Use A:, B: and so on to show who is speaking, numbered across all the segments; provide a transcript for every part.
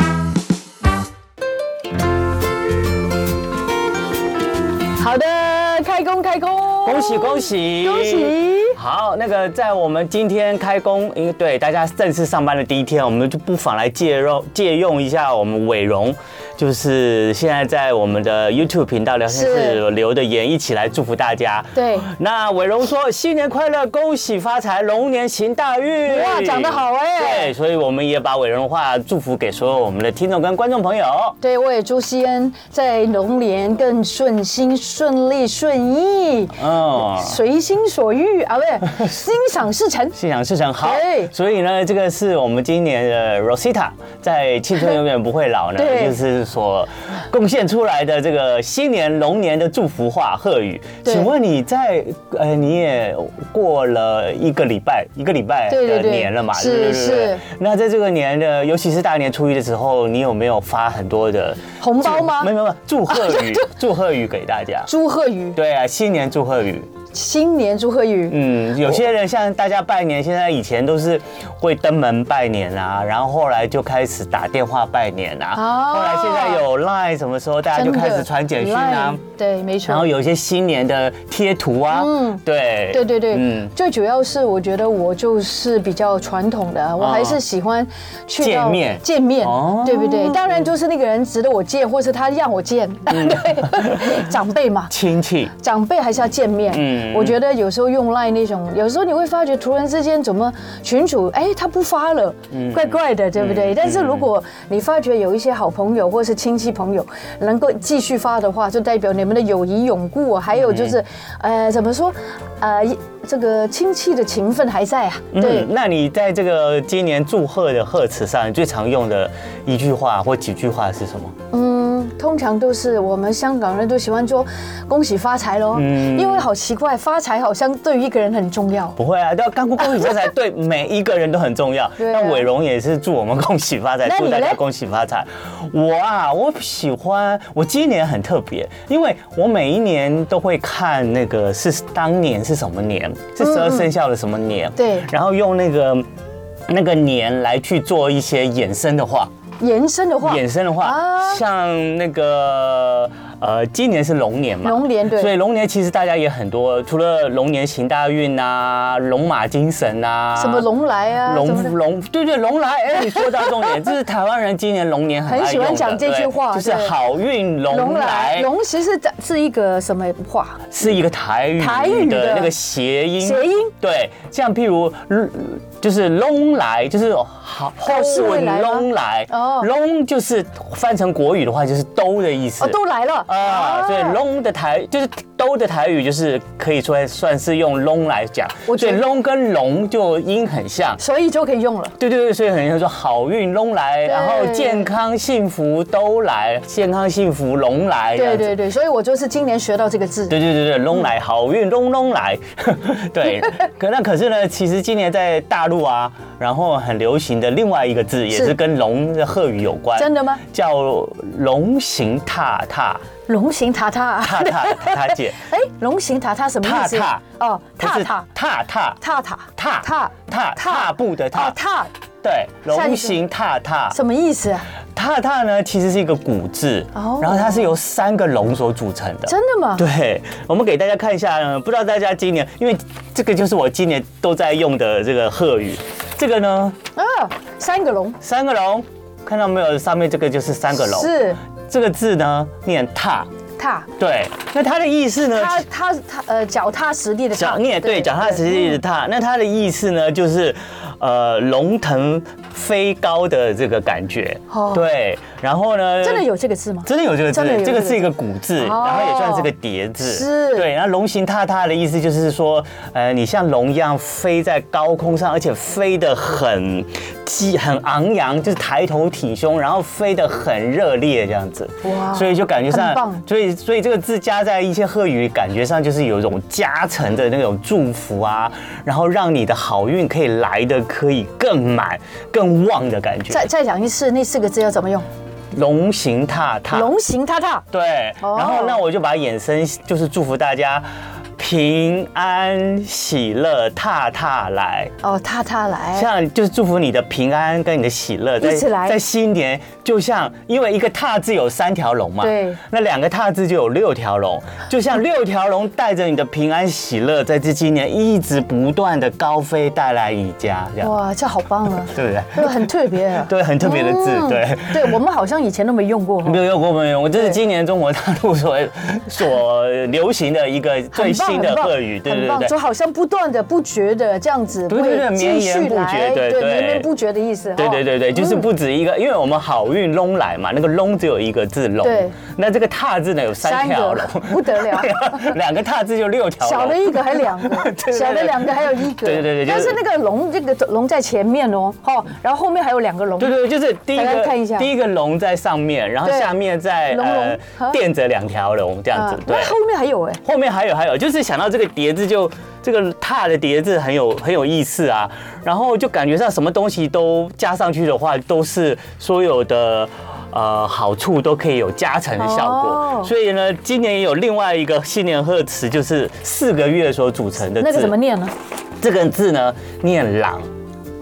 A: 嗯恭喜恭喜
B: 恭喜！
A: 好，那个在我们今天开工，因为对大家正式上班的第一天，我们就不妨来借用借用一下我们伟荣，就是现在在我们的 YouTube 频道聊天
B: 是
A: 室留的言，一起来祝福大家。
B: 对
A: 那伟荣说：“新年快乐，恭喜发财，龙年行大运。”
B: 哇讲得好哎
A: 对，所以我们也把伟荣的话祝福给所有我们的听众跟观众朋友。
B: 对，我也祝西恩在龙年更顺心、顺利、顺意，
A: 嗯，
B: 随心所欲啊， 不是心想事成。
A: 心想事成好
B: 对，
A: 所以呢，这个是我们今年的 Rosita 在《青春永远不会老》呢，
B: 对
A: 就是所贡献出来的这个新年龙年的祝福话贺语。
B: 对
A: 请问你在呃，你也过了一个礼拜，一个礼拜
B: 对对
A: 的
B: 对
A: 年了嘛？
B: 是
A: 对不对
B: 是
A: 对那在这个年的，尤其是大年初一的时候，你有没有发很多的
B: 红包吗
A: 祝没有没有祝贺 语，祝贺语给大家。
B: 祝贺语，
A: 对啊，新年祝贺语。
B: 新年祝贺语，
A: 嗯，有些人像大家拜年，现在以前都是会登门拜年啊，然后后来就开始打电话拜年啊，
B: 哦
A: 后来现在有 Line 什么时候大家就
B: 真的
A: 开始传简讯啊
B: Line，，对，没错
A: 然后。有一些新年的贴图啊，嗯
B: 嗯，
A: 对，
B: 对对对，
A: 嗯
B: 最主要是我觉得我就是比较传统的，我还是喜欢去到
A: 啊见面
B: 见面
A: 哦，
B: 对不对？当然就是那个人值得我见，或是他让我见，
A: 嗯
B: 对，长辈嘛。
A: 亲戚，
B: 长辈还是要见面，
A: 嗯
B: 嗯，我觉得有时候用 Line 那种，有时候你会发觉突然之间怎么群主哎他不发了，怪怪的，对不对？但是如果你发觉有一些好朋友或是亲戚朋友能够继续发的话，就代表你们的友谊永固。哦还有就是，呃，怎么说，呃，这个亲戚的情分还在啊，对
A: 嗯，。那你在这个今年祝贺的贺词上，你最常用的一句话或几句话是什么？
B: 嗯，通常都是我们香港人都喜欢说恭喜发财喽，因为好奇怪，发财好像对于一个人很重要。
A: 不会啊，都要干股恭喜发财，对每一个人都很重要。
B: 对啊
A: 那伟荣也是祝我们恭喜发财，
B: 那你
A: 祝大家
B: 嘞
A: 恭喜发财。我啊，我喜欢，我今年很特别，因为我每一年都会看那个是当年是什么年，是十二生肖的什么年，
B: 嗯对
A: 然后用那个。那个年来去做一些衍生的话，
B: 延伸的话，
A: 衍生的话，
B: 啊
A: 像那个呃，今年是龙年嘛，
B: 龙年对
A: 所以龙年其实大家也很多，除了龙年行大运啊，龙马精神啊，
B: 什么龙来啊，什么的
A: 龙龙，对对，龙来，哎，你说到重点，这是台湾人今年龙年很
B: 很喜欢
A: 爱用的
B: 讲这句
A: 对
B: 话
A: 就是
B: 对
A: 好运龙来，
B: 龙其实是一个什么话？
A: 是一个台语
B: 台语
A: 的
B: 的
A: 那个谐音，
B: 谐音
A: 对，像譬如嗯就是龙来，就是好好
B: 好事会来吗
A: 龙来，
B: 哦
A: 龙就是翻成国语的话就是兜的意思
B: 哦，，都来了
A: 啊，所以龙的台就是兜的台语，就是可以说算是用龙来讲，
B: 我
A: 所
B: 觉
A: 以
B: 得
A: 龙跟龙就音很像。
B: 所以就可以用了。
A: 对对对，所以很像说好运龙来，然后
B: 对
A: 健康幸福都来，健康幸福龙来。哎这样
B: 对
A: 子
B: 对对，所以我就是今年学到这个字。
A: 对对对对，龙来好运龙龙来。对，可那可是呢，其实今年在大陆啊，然后很流行的另外一个字也
B: 是
A: 是跟龙的贺语有关，
B: 真的吗？
A: 叫龙行踏踏
B: 龙形塔塔，
A: 踏踏踏踏姐。
B: 哎，龙形塔塔什么意思？
A: 踏踏
B: 哦，
A: 不
B: 塔
A: 是
B: 塔
A: 踏踏
B: 塔塔
A: 踏
B: 踏
A: 踏踏步的踏
B: 哦，踏
A: 对，
B: 下一个
A: 龙形踏踏
B: 什么意思啊？
A: 踏踏呢，其实是一个古字，
B: 哦
A: 然后它是由三个龙所组成的。
B: 真的吗？
A: 对，我们给大家看一下，呢，不知道大家今年，因为这个就是我今年都在用的这个贺语，这个呢
B: 啊，三个龙
A: 三个龙，看到没有？上面这个就是三个龙，
B: 是
A: 这个字呢念踏，
B: 踏
A: 对，那它的意思呢？
B: 踏踏踏呃脚踏实地的
A: 脚
B: 踏，
A: 你也对，脚踏实地的
B: 嗯
A: 踏。那它的意思呢，就是呃龙腾飞高的这个感觉
B: 哦。
A: 对，然后呢，
B: 真的。有这个字吗？
A: 真的有这个字
B: 真的有，
A: 这个
B: 这个
A: 是一个古字，然
B: 哦
A: 后也算是个叠字。
B: 是
A: 对。那龙行踏踏的意思就是说，呃，你像龙一样飞在高空上，而且飞得很激、很昂扬，就是抬头挺胸，然后飞得很热烈这样子。哇！
B: 哇
A: 所以就感觉
B: 很
A: 上
B: 棒，
A: 所以所以这个字加在一些贺语，感觉上就是有一种加成的那种祝福啊，然后让你的好运可以来的可以更满、更旺的感觉。
B: 再再讲一次，那四个字要怎么用？
A: 龙行踏踏，
B: 龙形踏踏，
A: 对，
B: 哦
A: 然后那我就把它衍生，就是祝福大家。平安喜乐踏踏来。
B: 哦，踏踏来，
A: 像就是祝福你的平安跟你的喜乐，
B: 一起来
A: 在新年，就像因为一个踏字有三条龙嘛，
B: 对
A: 那两个踏字就有六条龙，就像六条龙带着你的平安喜乐，在这今年一直不断的高飞带来你家，这样
B: 哇，这好棒啊，
A: 对不对？
B: 这个很特别啊。
A: 对， 很特别的字，
B: 嗯
A: 对。
B: 对，我们好像以前都没 用过哦。
A: 没有用过，没有用过，这是
B: 对
A: 今年中国大陆所所流行的一个最
B: 很棒
A: 新的
B: 很棒
A: 贺语，对
B: 很
A: 对
B: 棒，
A: 对
B: 就。好像不断的、不觉的这样子，
A: 对对对
B: 会
A: 绵
B: 继
A: 延
B: 续
A: 不绝
B: 来，
A: 对对
B: 绵绵不绝的意思。
A: 对对对对，就是
B: 嗯
A: 不止一个，因为我们好运龙来嘛，那个龙只有一个字龙
B: 对，
A: 那这个踏字呢有三条龙，
B: 不得 了，
A: 两个踏字就六条
B: 少了
A: 龙。
B: 一个还两个，
A: 对
B: 少了两个还有一个。
A: 对对对就是
B: 但是那个龙，这个龙在前面哦，哈，然后后面还有两个龙。
A: 对对对，就是第一
B: 大
A: 个
B: 家看一下
A: 第一个龙在上面，然后
B: 对
A: 下面再
B: 龙龙啊
A: 垫着两条龙这样子
B: 啊，
A: 对
B: 那。后面还有哎，
A: 后面还有还有，就是想到这个叠字就这个踏的叠字很有很有意思啊，然后就感觉上什么东西都加上去的话，都是所有的。呃，好处都可以有加成的效果，
B: 哦
A: 所以呢，今年也有另外一个新年贺词，就是四个月所组成的字。
B: 那个怎么念呢？
A: 这个字呢，念朗，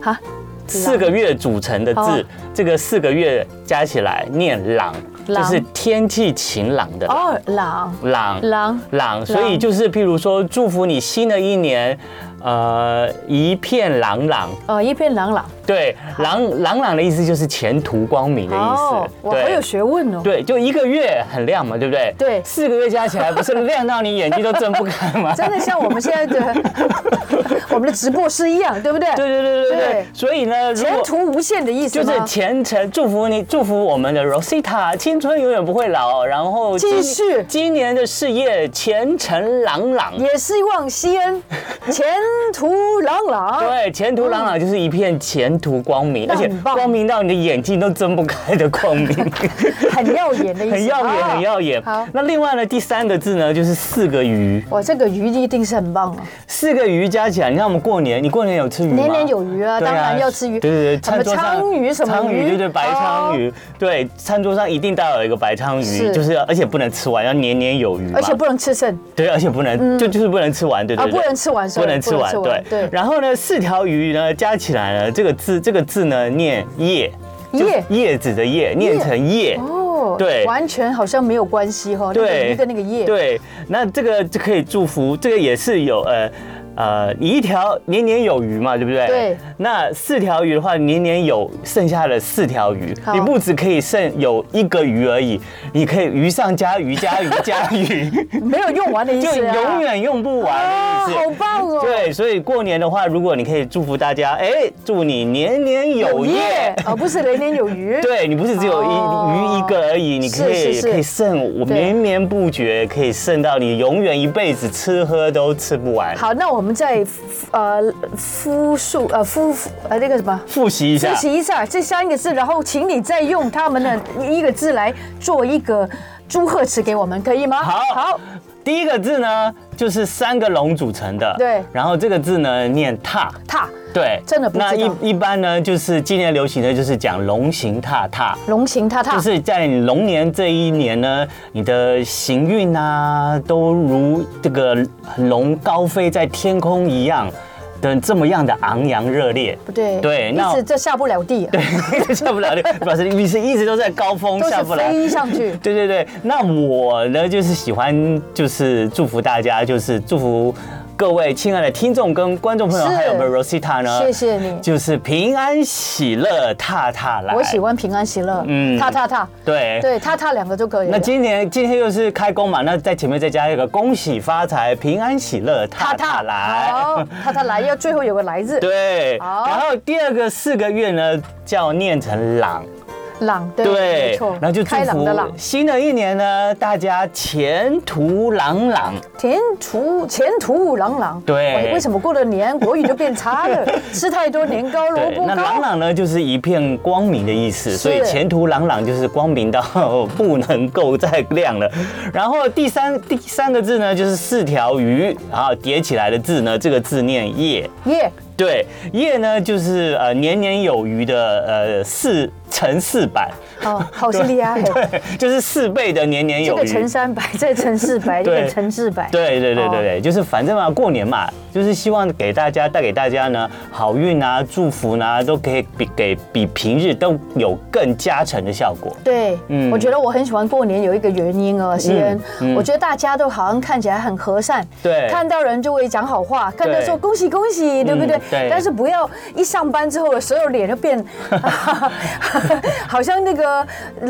B: 哈，
A: 四个月组成的字
B: 哦，
A: 这个四个月加起来念朗，就
B: 朗
A: 是天气晴朗的
B: 哦，狼
A: 朗。
B: 狼
A: 朗，所以
B: 朗
A: 就是譬如说，祝福你新的一年，呃，一片朗朗。
B: 哦，一片朗朗
A: 对，朗朗朗的意思就是前途光明的意
B: 哦，
A: 思。
B: 我好有
A: 对。
B: 学问哦。
A: 对，就一个月很亮嘛，对不对？
B: 对
A: 四个月加起来不是亮到你眼睛都睁不开吗？
B: 真的像我们现在的我们的直播室一样，对不对？
A: 对对对对对
B: 对。
A: 所以呢，如
B: 前
A: 果
B: 途无限的意思
A: 就
B: 吗
A: 是前程，祝福你，祝福我们的 Rosita，青春永远不会老。然后今
B: 继续
A: 今年的事业前程朗朗。
B: 也希望西 恩前途朗朗。
A: 对，前途朗朗就是一片前途光明，
B: 嗯那
A: 而
B: 很
A: 且
B: 棒
A: 光明到你的眼睛都睁不开的 光明，
B: 很耀眼的意思，
A: 很耀眼，
B: 啊
A: 很耀眼
B: 好。，
A: 那另外呢，第三个字呢，就是四个鱼，
B: 哇，这个鱼一定是很棒啊，
A: 四个鱼加起来，你看我们过年，你过年有吃鱼吗？
B: 年年有余啊，
A: 对
B: 当然要吃鱼。
A: 对对对，
B: 什么
A: 餐桌上
B: 鲳鱼什
A: 鲳
B: 么
A: 鱼，
B: 鱼，
A: 对对，白鲳
B: 哦，
A: 鱼，对，餐桌上一定要有一个白鲳鱼，
B: 是
A: 就是要而且不能吃完，要年年有余嘛，
B: 而且不能吃剩
A: 对，而且不能，就就是不能吃完，对
B: 嗯
A: 对
B: 啊，
A: 对，
B: 不能吃完，
A: 不
B: sorry，
A: 能吃完，对
B: 对，
A: 然后呢，四条鱼呢加起来呢，这个字这个字呢念叶，就是
B: 叶
A: 叶子的叶，念成叶。
B: 哦，
A: 对
B: 完全好像没有关系哈，那个
A: 对
B: 鱼跟那个叶，
A: 对，那这个就可以祝福，这个也是有呃。呃，你一条年年有余嘛，对不对？
B: 对。
A: 那四条鱼的话，年年有剩下的四条鱼，
B: 好
A: 你不只可以剩有一个鱼而已，你可以鱼上加鱼加鱼加鱼，
B: 没有用完的 意思
A: 就
B: 啊，
A: 永远用不完
B: 啊，
A: 的意思。
B: 好棒哦，
A: 对，所以过年的话，如果你可以祝福大家，哎，祝你年年有业。
B: 哦，不是年年有余，
A: 对你不是只有一
B: 哦
A: 鱼一个而已，你可
B: 是
A: 以
B: 是是
A: 可以剩，我
B: 对
A: 绵绵不绝，可以剩到你永远一辈子吃喝都吃不完。
B: 好，那我们再呃复述呃复呃那个什么。
A: 复习一下
B: 复，习一下这三个字，然后请你再用他们的一个字来做一个祝贺词给我们，可以吗？
A: 好
B: 好，
A: 第一个字呢就是三个龙组成的，
B: 对
A: 然后这个字呢念踏，
B: 踏
A: 对，
B: 真的不知
A: 那
B: 道
A: 一一般呢就是今年流行的就是讲龙行踏踏，
B: 龙行踏踏，
A: 就是在你龙年这一年呢，你的行运啊，都如这个龙高飞在天空一样的这么样的昂扬 热烈。
B: 不对，
A: 对那
B: 一直这下不了地啊，
A: 下不了的，表示你是一直都在高峰
B: 都
A: 下
B: 是
A: 不来。
B: 飞上去。
A: 对对对，那我呢就是喜欢，就是祝福大家，就是祝福各位亲爱的听众跟观众朋友，
B: 是
A: 还有我们 Rosita 呢，
B: 谢谢你
A: 就是平安喜乐，踏踏 来。
B: 我喜欢平安喜乐，
A: 嗯
B: 嗯，踏踏踏，
A: 对
B: 对，踏踏两个就可以了。
A: 那今年今天又是开工嘛，那在前面再加一个恭喜发财、平安喜乐、踏踏来。
B: 好，踏踏来要最后有个来字，
A: 对，
B: 好
A: 然后第二个四个月呢，叫念成朗，
B: 朗对，
A: 对
B: 嗯没，错，
A: 然后就祝
B: 开朗的朗
A: 福，新的一年呢，大家前途朗朗，
B: 前途前途朗朗。
A: 对
B: 喂为什么过了年国语就变差了？吃太多年糕萝
A: 对，
B: 卜
A: 那朗
B: 糕。
A: 朗呢就是一片光明的意思，所以
B: 是
A: 前途朗朗就是光明到 不能够再亮了。然后第三第三个字呢就是四条鱼，然后叠起来的字呢，这个字念叶。
B: 耶，
A: 对，业呢就是呃年年有余的呃四乘四百，
B: 哦，好是厉害。
A: 对，就是四倍的年年
B: 这
A: 有
B: 个
A: 余。
B: 乘三百，这个乘四百，这
A: 对
B: 个乘四百，
A: 对对对对
B: 哦
A: 对，就是反正嘛，过年嘛，就是希望给大家带给大家呢好运啊、祝福啊，都可以比给比平日都有更加成的效果。
B: 对，
A: 嗯
B: 我觉得我很喜欢过年，有一个原因哦，西恩，我觉得大家都好像看起来很和善，
A: 对嗯
B: 看到人就会讲好话，看到说恭喜恭喜，对不对？
A: 对
B: 但是不要一上班之后，所有脸就变， 好像那个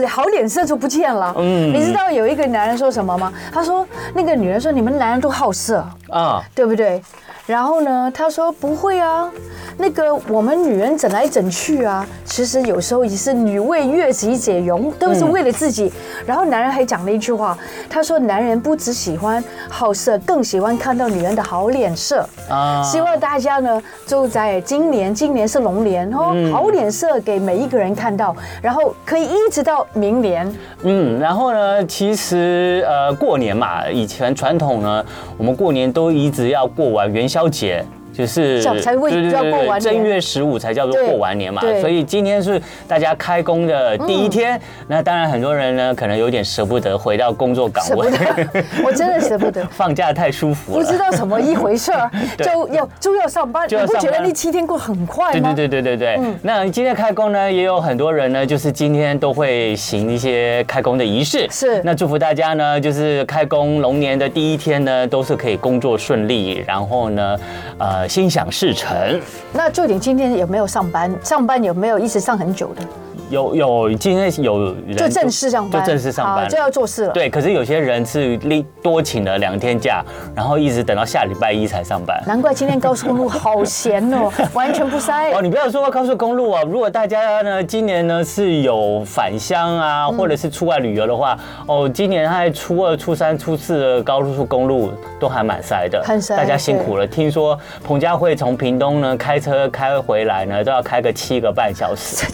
B: 好脸色就不见了。嗯，你知道有一个男人说什么吗？他说那个女人说你们男人都好色。
A: 啊、
B: 对不对？然后呢，他说不会啊，那个我们女人整来整去啊，其实有时候也是女为悦己者容，都是为了自己。然后男人还讲了一句话，他说男人不只喜欢好色，更喜欢看到女人的好脸色。
A: 啊，
B: 希望大家呢，就在今年，今年是龙年哦，好脸色给每一个人看到，然后可以一直到明年。
A: 嗯，然后呢，其实呃，过年嘛，以前传统呢，我们过年都一直要过完元宵节。就是
B: 像才会
A: 对对
B: 要过
A: 对
B: 完年
A: 正月十五才叫做
B: 对
A: 过完年嘛
B: 对，嗯
A: 所以今天是大家开工的第一天。那当然，很多人呢可能有点舍不得回到工作岗
B: 舍不
A: 位，
B: 得， 我真的舍不得。
A: 放假太舒服
B: 不
A: 了。
B: 知道怎么一回事 儿，就要就要上班，你
A: 就要
B: 不觉
A: 上
B: 得
A: 班
B: 那七天过得很快
A: 对
B: 吗？嗯
A: 对对对对对。那今天开工呢，也有很多人呢，就是今天都会行一些开工的仪式。
B: 是
A: 那祝福大家呢，就是开工龙年的第一天呢，都是可以工作顺利，然后呢，呃，心想事成。
B: 那就你今天有没有上班？上班有没有一直上很久的？
A: 有有，今天有人
B: 就正式上班，
A: 就正式上班
B: 啊就要做事了。
A: 对，可是有些人是另多请了两天假，然后一直等到下礼拜一才上班。
B: 难怪今天高速公路好闲 哦，完全不塞
A: 哦，。你不要说高速公路啊！如果大家呢今年呢是有返乡啊，
B: 嗯
A: 或者是出外旅游的话，哦，今年还初二、初三、初四的高速公路都还蛮塞的，
B: 很塞
A: 大家辛苦了。听说彭佳慧从屏东呢开车开回来呢，都要开个七个半 小时。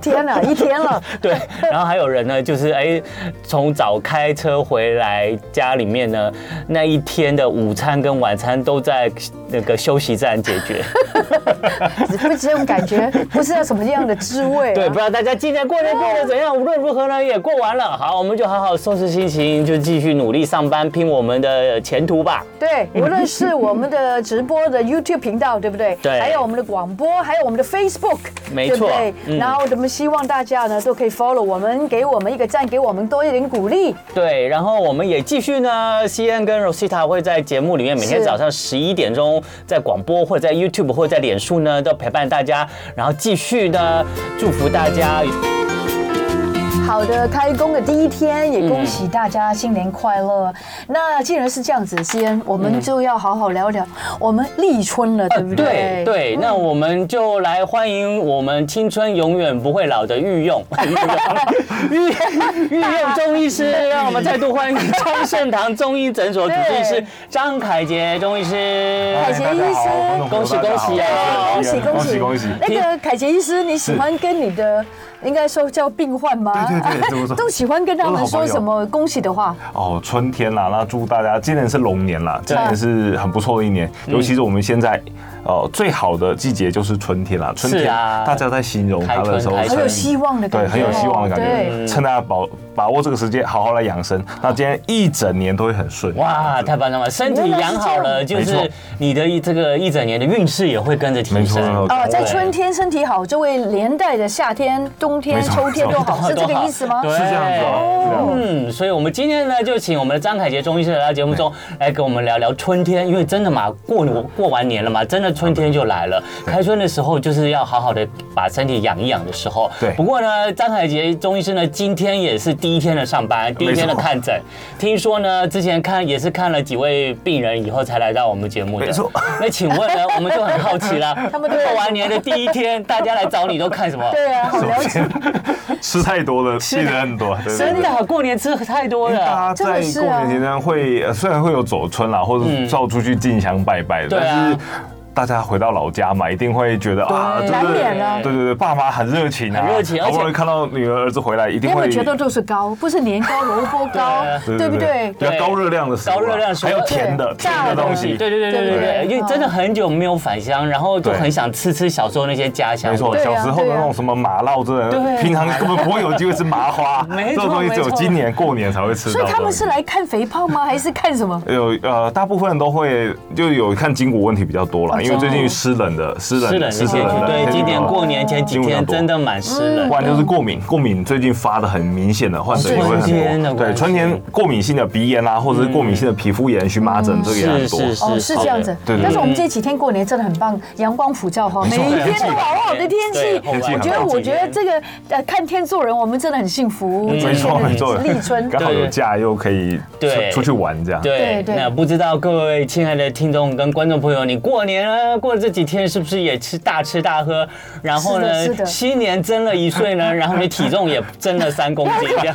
B: 天哪，一天了，
A: 对，然后还有人呢，就是哎，从早开车回来家里面呢，那一天的午餐跟晚餐都在那个休息站解决。
B: 不这种感觉，不知道什么样的滋味、啊。哦
A: 对，不知道大家今年过年过得怎样？无论如何呢，也过完了。好，我们就好好收拾心情，就继续努力上班，拼我们的前途吧。
B: 对，无论是我们的直播 的 YouTube 频道，对不对？
A: 对
B: 还有我们的广播，还有我们的 Facebook，
A: 没
B: 对不
A: 错
B: 对
A: 嗯
B: 然后我们希望大家呢都可以 follow 我们，给我们一个赞，给我们多一点鼓励。
A: 对，然后我们也继续呢，C N 跟 Rosita 会在节目里面每天
B: 是
A: 早上十一点钟在广播或者在 YouTube 或者在脸书呢都陪伴大家，然后继续呢祝福大家。
B: 好的，开工的第一天，也恭喜大家新年快
A: 嗯
B: 乐。那既然是这样子，先我们就要好好聊聊我们立春了，对不嗯对？
A: 呃对对，那我们就来欢迎我们青春永远不会老的 御用御用御御用中医师，让我们再度欢迎中盛堂中医诊所主治医师
B: 对
A: 张凯杰中医师。
B: 凯杰医师
A: 恭喜恭喜啊
B: 恭喜恭喜
C: 哦恭喜！
B: 那个凯杰医师，你喜欢跟你的应该说叫病患吗？
C: 对对对怎么说
B: 都喜欢跟他们说什么恭喜的话？
C: 哦，春天啦，那祝大家今年是龙年啦，今年是很不错的一年，
A: 嗯
C: 尤其是我们现在，哦，最好的季节就是春天啦。春
A: 是
C: 天
A: 啊
C: 大家在形容它的时候
A: 开，
B: 很
A: 春
B: 有
A: 开春
B: 希望的感
C: 对，
B: 觉，
C: 很有希望的感
B: 对
C: 觉。趁大家把把握这个时间，好好来养生。那今天一整年都会很顺。
A: 哇，太棒了！身体养好了，就
C: 原来是这样
A: 是你的一这个一整年的运势也会跟着提
C: 没错
A: 升。
C: 没错
B: 哦，在
A: 对
B: 春天身体好，就会连带着夏天、冬天、
C: 没错
B: 秋天都
A: 都
B: 好，是这个意思吗？
A: 对
C: 是这样子哦是这样子
A: 嗯，所以我们今天呢，就请我们的张凯杰中医师来到节目中
B: 哎
A: 来跟我们聊聊春天，因为真的嘛，过过完年了嘛，真的春天就来了。开春的时候就是要好好的把身体养一养的时候。
C: 对
A: 不过呢，张凯杰中医师呢，今天也是第一天的上班，第一天的看诊。听说呢，之前看也是看了几位病人以后才来到我们节目的。
C: 没错。
A: 那请问呢，我们就很好奇了，
B: 他们都
A: 过完年的第一天，大家来找你都看什么？
B: 对啊，好了解。
C: 吃太多了，病人很多，对对对
A: 真的，过年吃太多
C: 因为
A: 了。
C: 大家在
B: 啊
C: 过年期间会、呃虽然会有走春啦，或者是照出去进香拜拜的，
A: 嗯对啊
C: 但是大家回到老家嘛，一定会觉得啊，
B: 难免啊
C: 对对对，爸妈很热情啊，
A: 很热情而且
C: 好不容易看到女儿儿子回来，一定
B: 因
C: 会
B: 为觉得都是高，不是年糕、萝卜糕，对不对？
C: 比较高热量的食物啊，
A: 高热量的食物
C: 还有甜的
B: 对
C: 甜
B: 炸
C: 的
B: 的
C: 东西，
A: 对对对对
B: 对
A: 对
B: 不
A: 对，
B: 对
A: 因为真的很久没有返乡，然后就
C: 对
A: 很想吃吃小时候那些家乡。
C: 没错，
B: 对啊
C: 小时候的那
B: 对
C: 种
B: 啊
C: 什么麻辣之类
A: 对
C: 的，平常根本不会有机会吃麻花，
A: 没错
C: 这种东西只有
A: 没错
C: 今年过年才会吃
B: 所
C: 到。
B: 以他们是来看肥胖吗？还是看什么？
C: 有呃，大部分人都会就有看筋骨问题比较多啦，
B: 哦
C: 因为最
B: 真
C: 近
B: 的
C: 湿冷的，湿
A: 湿冷
C: 冷的
A: 一些，对，今年过年前几
C: 筋骨比较
A: 天
C: 多
A: 真的蛮湿冷
C: 不。然就是过敏，过敏最近发的很明显的，患
B: 哦
C: 者也会
A: 春天
C: 很
A: 的
C: 多。
A: 关
C: 对，
A: 系
C: 春天过敏性的鼻炎啊，或者是过敏性的皮肤炎、荨麻疹，这个也很多。
A: 是是
B: 哦，是这样子。
C: 对对对
B: 但是我们这几天过年真的很棒，阳光普照哈，每一嗯天都好好的天
A: 对
B: 气。
A: 后
B: 我
A: 来
B: 觉得，
A: 好几
B: 我觉得
A: 天
B: 这个呃，看天做人，我们真的很幸福。
C: 嗯没错没
B: 这
C: 错
B: 个，立春。
C: 刚好有
A: 对
C: 假又可以
A: 对
C: 出出去玩这样。
A: 对
B: 对，对
A: 那不知道各位亲爱的听众跟观众朋友，你过年呢过了这几天是不是也吃大吃大喝？然后
B: 是的是
A: 呢，
B: 的
A: 新年增了一岁呢，然后你体重也增了三公 斤 这样。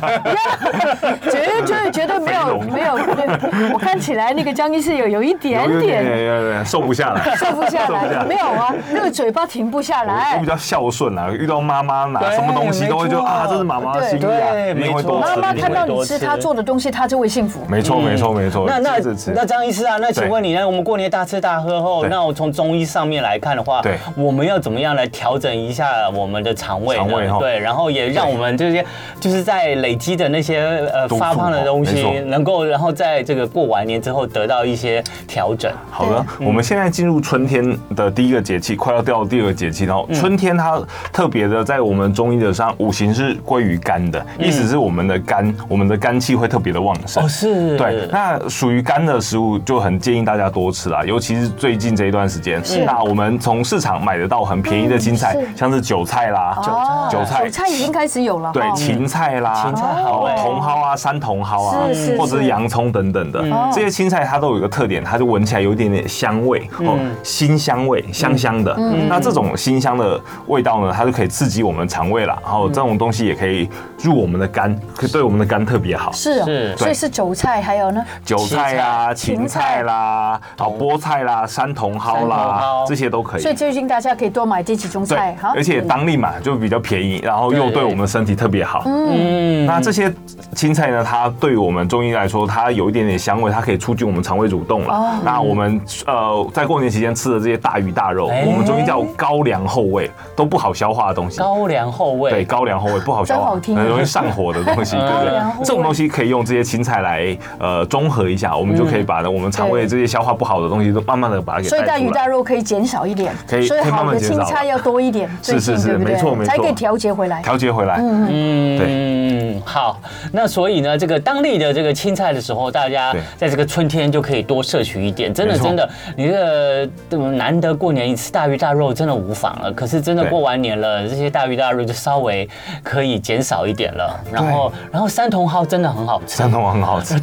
B: 绝对绝对绝对没 有没有没有，我看起来那个江医师有有一点
C: 有
B: 点
C: 有有点瘦不下来。
B: 瘦不下
C: 瘦不下
B: 来，
C: 来
B: 没有啊，那个嘴巴停不下
C: 我
B: 来
C: 比。较孝顺啊，遇到妈妈拿
A: 对
C: 什么东西都会
A: 没
C: 觉得
A: 错
C: 啊，这是妈妈的心意啊，
A: 对
C: 一定会多
A: 没
B: 妈
A: 错
C: 吃。
B: 妈
C: 一定
B: 看
C: 会
B: 到
A: 多
B: 你
A: 吃
B: 吃她做的东西，她就会幸福。
C: 没错没错没错。
A: 那那
C: 哦这这
A: 那张医师啊，那请问你呢？我们过年大吃大喝后，
C: 对
A: 那我从中医上面来看的话，
C: 对
A: 我们要怎么样来调整一下我们的肠胃呢？
C: 肠胃哈
A: 对，然后也让我们这些就是在累积的那些呃
C: 毒素
A: 发胖的东
C: 哦没
A: 西
C: 错，
A: 能够然后在这个过完年之后得到一些调整。
C: 好的，我们现在进入春天的第一个节气，快要掉第二个节气。然后春天它特别的，在我们中医的上，五行是归于肝的，意思是我们的肝，我们的肝气会特别的旺盛。
A: 哦，是，
C: 对，那属于干的食物就很建议大家多吃啦，尤其是最近这一段时间。那我们从市场买得到很便宜的青菜，
B: 嗯是
C: 像是韭菜啦，
B: 哦
C: 韭菜
B: 韭菜已经开始有了。
C: 对
B: 哈，
C: 芹菜啦，
A: 芹菜好
C: 哦
A: 哎
C: 茼蒿啊、山茼蒿啊
B: 是是，
C: 或者是洋葱等等的
B: 嗯
C: 这些青菜，它都有一个特点，它就闻起来有一点点香味哦，辛香味，香香的。那这种辛香的味道呢，它就可以刺激我们肠胃啦，然后这种东西也可以入我们的肝，可以对我们的肝特别好。
B: 是啊
A: 是，
B: 所以
C: 对
B: 是韭菜，还有呢，
C: 韭菜啊、芹菜啦、好菠菜啦、山茼蒿
A: 山茼
C: 啦
A: 蒿，
C: 这些都可以
B: 所。以最近大家可以多买这几种
C: 对
B: 菜，哈，
C: 而且当地买就比较便宜，然后又
A: 对对
C: 对我们身体特别好。
A: 嗯
C: 那这些青菜呢，它对于我们中医来说，它有一点点香味，它可以促进我们肠胃蠕动了。那我们呃，在过年期间吃的这些大鱼大肉，
A: 哎
C: 我们中医叫高粱后味，都不好消化的东西。
A: 高粱后
C: 对，
A: 味，
C: 高粱后味不好消
B: 真
C: 化
B: 好，听
C: 很容易上火的东西，对不
A: 高
C: 对
B: 粱后？味
C: 这种东西可以用这些青菜来呃中和一下，我们就可以把我们肠胃这些消化不好的东西都慢慢的把它给
B: 嗯所以大
C: 带
B: 鱼
C: 出
B: 大
C: 来。
B: 肉可以减少一点，
C: 可以
B: 所以
C: 可以慢
B: 好
C: 慢
B: 的
C: 减少
B: 青菜要多一点，最近
C: 是是是
B: 对不对
C: 没错没错
B: 才可以调节回来。
C: 调节回来，
A: 嗯，
C: 对
A: 嗯，好，那所以呢，这个当地的这个青菜的时候，大家
C: 对
A: 在这个春天就可以多摄取一点，真的
C: 没错
A: 真的，你这个嗯难得过年一次大鱼大肉真的无妨了。可是真的
C: 对
A: 过完年了，这些大鱼大肉就稍微可以减少一点了。然后，然后三茼蒿真的很好吃，
C: 山东很好吃。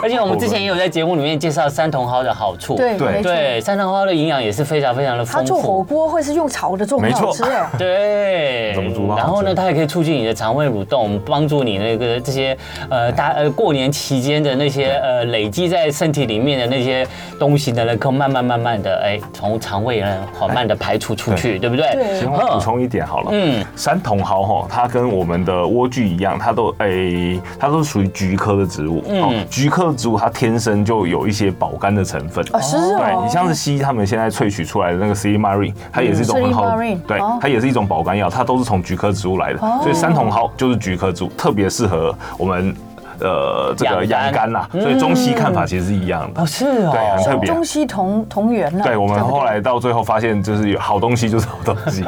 A: 而且我们之前也有在节目里面介绍三茼蒿的好处。
B: 对，
C: 对
B: 没错。
A: 对，三茼蒿的营养也是非常非常的
B: 它
A: 丰
B: 做火
A: 富。
B: 锅或是用炒的做很
C: 没
B: 好
C: 错
B: 吃哎，
A: 对，
C: 怎么煮都好
A: 然后呢，
C: 吃
A: 它也可以促进你的肠胃蠕动，帮助你那个这些呃大呃过年期间的那些呃累积在身体里面的那些东西呢，能够慢慢慢慢的哎从肠胃呢缓慢的排除出去，对不哦对？
B: 对
C: 行，我补充一点好了。
A: 嗯
C: 嗯，山茼蒿哈，它跟我们的莴苣一样，它都诶、它都是属于菊科的植物。
A: 嗯
C: 嗯，菊科的植物它天生就有一些保肝的成分。
B: 哦，是哦。
C: 对你像是西医他们现在萃取出来的那个 C marine，它也是一种很好
B: 嗯 C. marine，
C: 的，对
B: 哦，
C: 它也是一种保肝药，它都是从菊科植物来的，所以三茼蒿就是菊科植物，特别适合我们呃这个
A: 养肝
C: 养肝呐，
B: 嗯
C: 所以中西看法其实是一样的
A: 哦，。是哦，
C: 对很特别
B: 中西同同源了。
C: 对，我们
B: 不
C: 后来到最后发现，就是有好东西就是好东 西。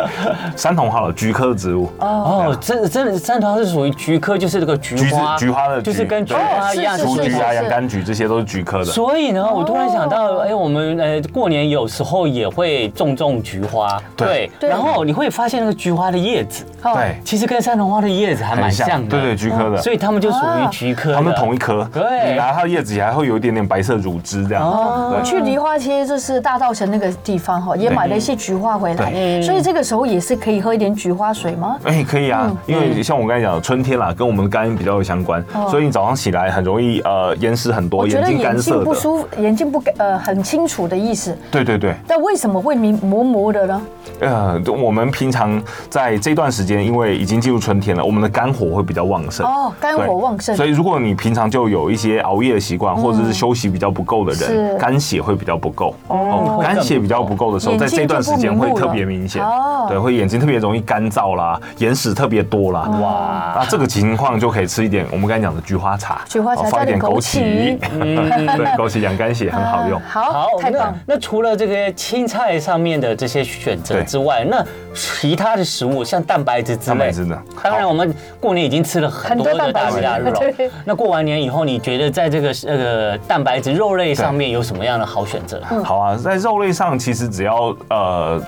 C: 三茼蒿了，菊科植物，
A: 哦，真真的三茼蒿是属于菊科，就是这个菊
C: 橘子
A: 花，
C: 菊花的
A: 就是
C: 菊
A: 跟菊
C: 对
A: 花一样，
B: 是是
A: 属
C: 雏
A: 于
B: 是
C: 菊
B: 是
C: 啊、洋甘菊这些都是菊科的。
A: 所以呢，我突然想到，
B: 哦
A: 哎、我们呃过年有时候也会种种菊花，
C: 对
B: 对
A: 然后你会发现那个菊花的叶子，
B: 哦
C: 对，
A: 其实跟山茼花的叶子还蛮像的，嗯
C: 对对，菊科的。
A: 所以它们就属于
B: 啊
A: 菊颗的
C: 它们同一颗，
A: 对
C: 然后它的叶子还会有一点点白色乳汁这样。
A: 哦
B: 我去梨花街，就是大稻城那个地方哈，也买了一些菊花回来，
A: 对
B: 所以这个时候也是可以喝一点菊花水吗？
C: 哎、可以
A: 嗯
C: 啊，因为像我刚才讲的，春天啦，跟我们的肝比较有相关，
A: 哦
C: 所以你早上起来很容易呃眼屎很多，
B: 我觉
C: 眼
B: 得
C: 睛
B: 眼
C: 干
B: 睛
C: 涩
B: 不
C: 的。
B: 舒服，眼睛不呃很清楚的意思。
C: 对对对，
B: 但为什么会迷模模的呢？
C: 呃，我们平常在这段时间，因为已经进入春天了，我们的肝火会比较旺盛。
B: 哦，肝
C: 对
B: 火旺盛嗯
C: 所，以如果你平常就有一些熬夜的习惯，或者是休息比较不够的
B: 是
C: 人，肝血会比较不够。
A: 哦
C: 肝血比较不够的时候，
B: 眼
C: 在
B: 睛
C: 这段时间会特别明显
B: 就不明目了哦，
C: 对，会眼睛特别容易干燥啦，眼屎特别多啦。
A: 哇
C: 那这个情况就可以吃一点我们刚才讲的菊花茶，
B: 菊花茶
C: 哦
B: 加
C: 放一
B: 点
C: 点
B: 枸
C: 枸杞，
B: 杞
C: 对，枸杞养肝血很好用
B: 啊。好
A: 好，，
B: 太棒
A: 那。那除了这个青菜上面的这些选择
C: 对
A: 之外，那其他的食物像蛋白质之
C: 蛋
A: 类
C: 白质的
A: 当然
C: 好
A: 我们过年已经吃了很多
B: 很多
A: 的
B: 蛋白
A: 大鱼
B: 质
A: 大肉
B: 对。
A: 那过完年以后，你觉得在这个那个蛋白质肉类上面有什么样的好选择？
C: 好啊，在肉类上其实只要呃。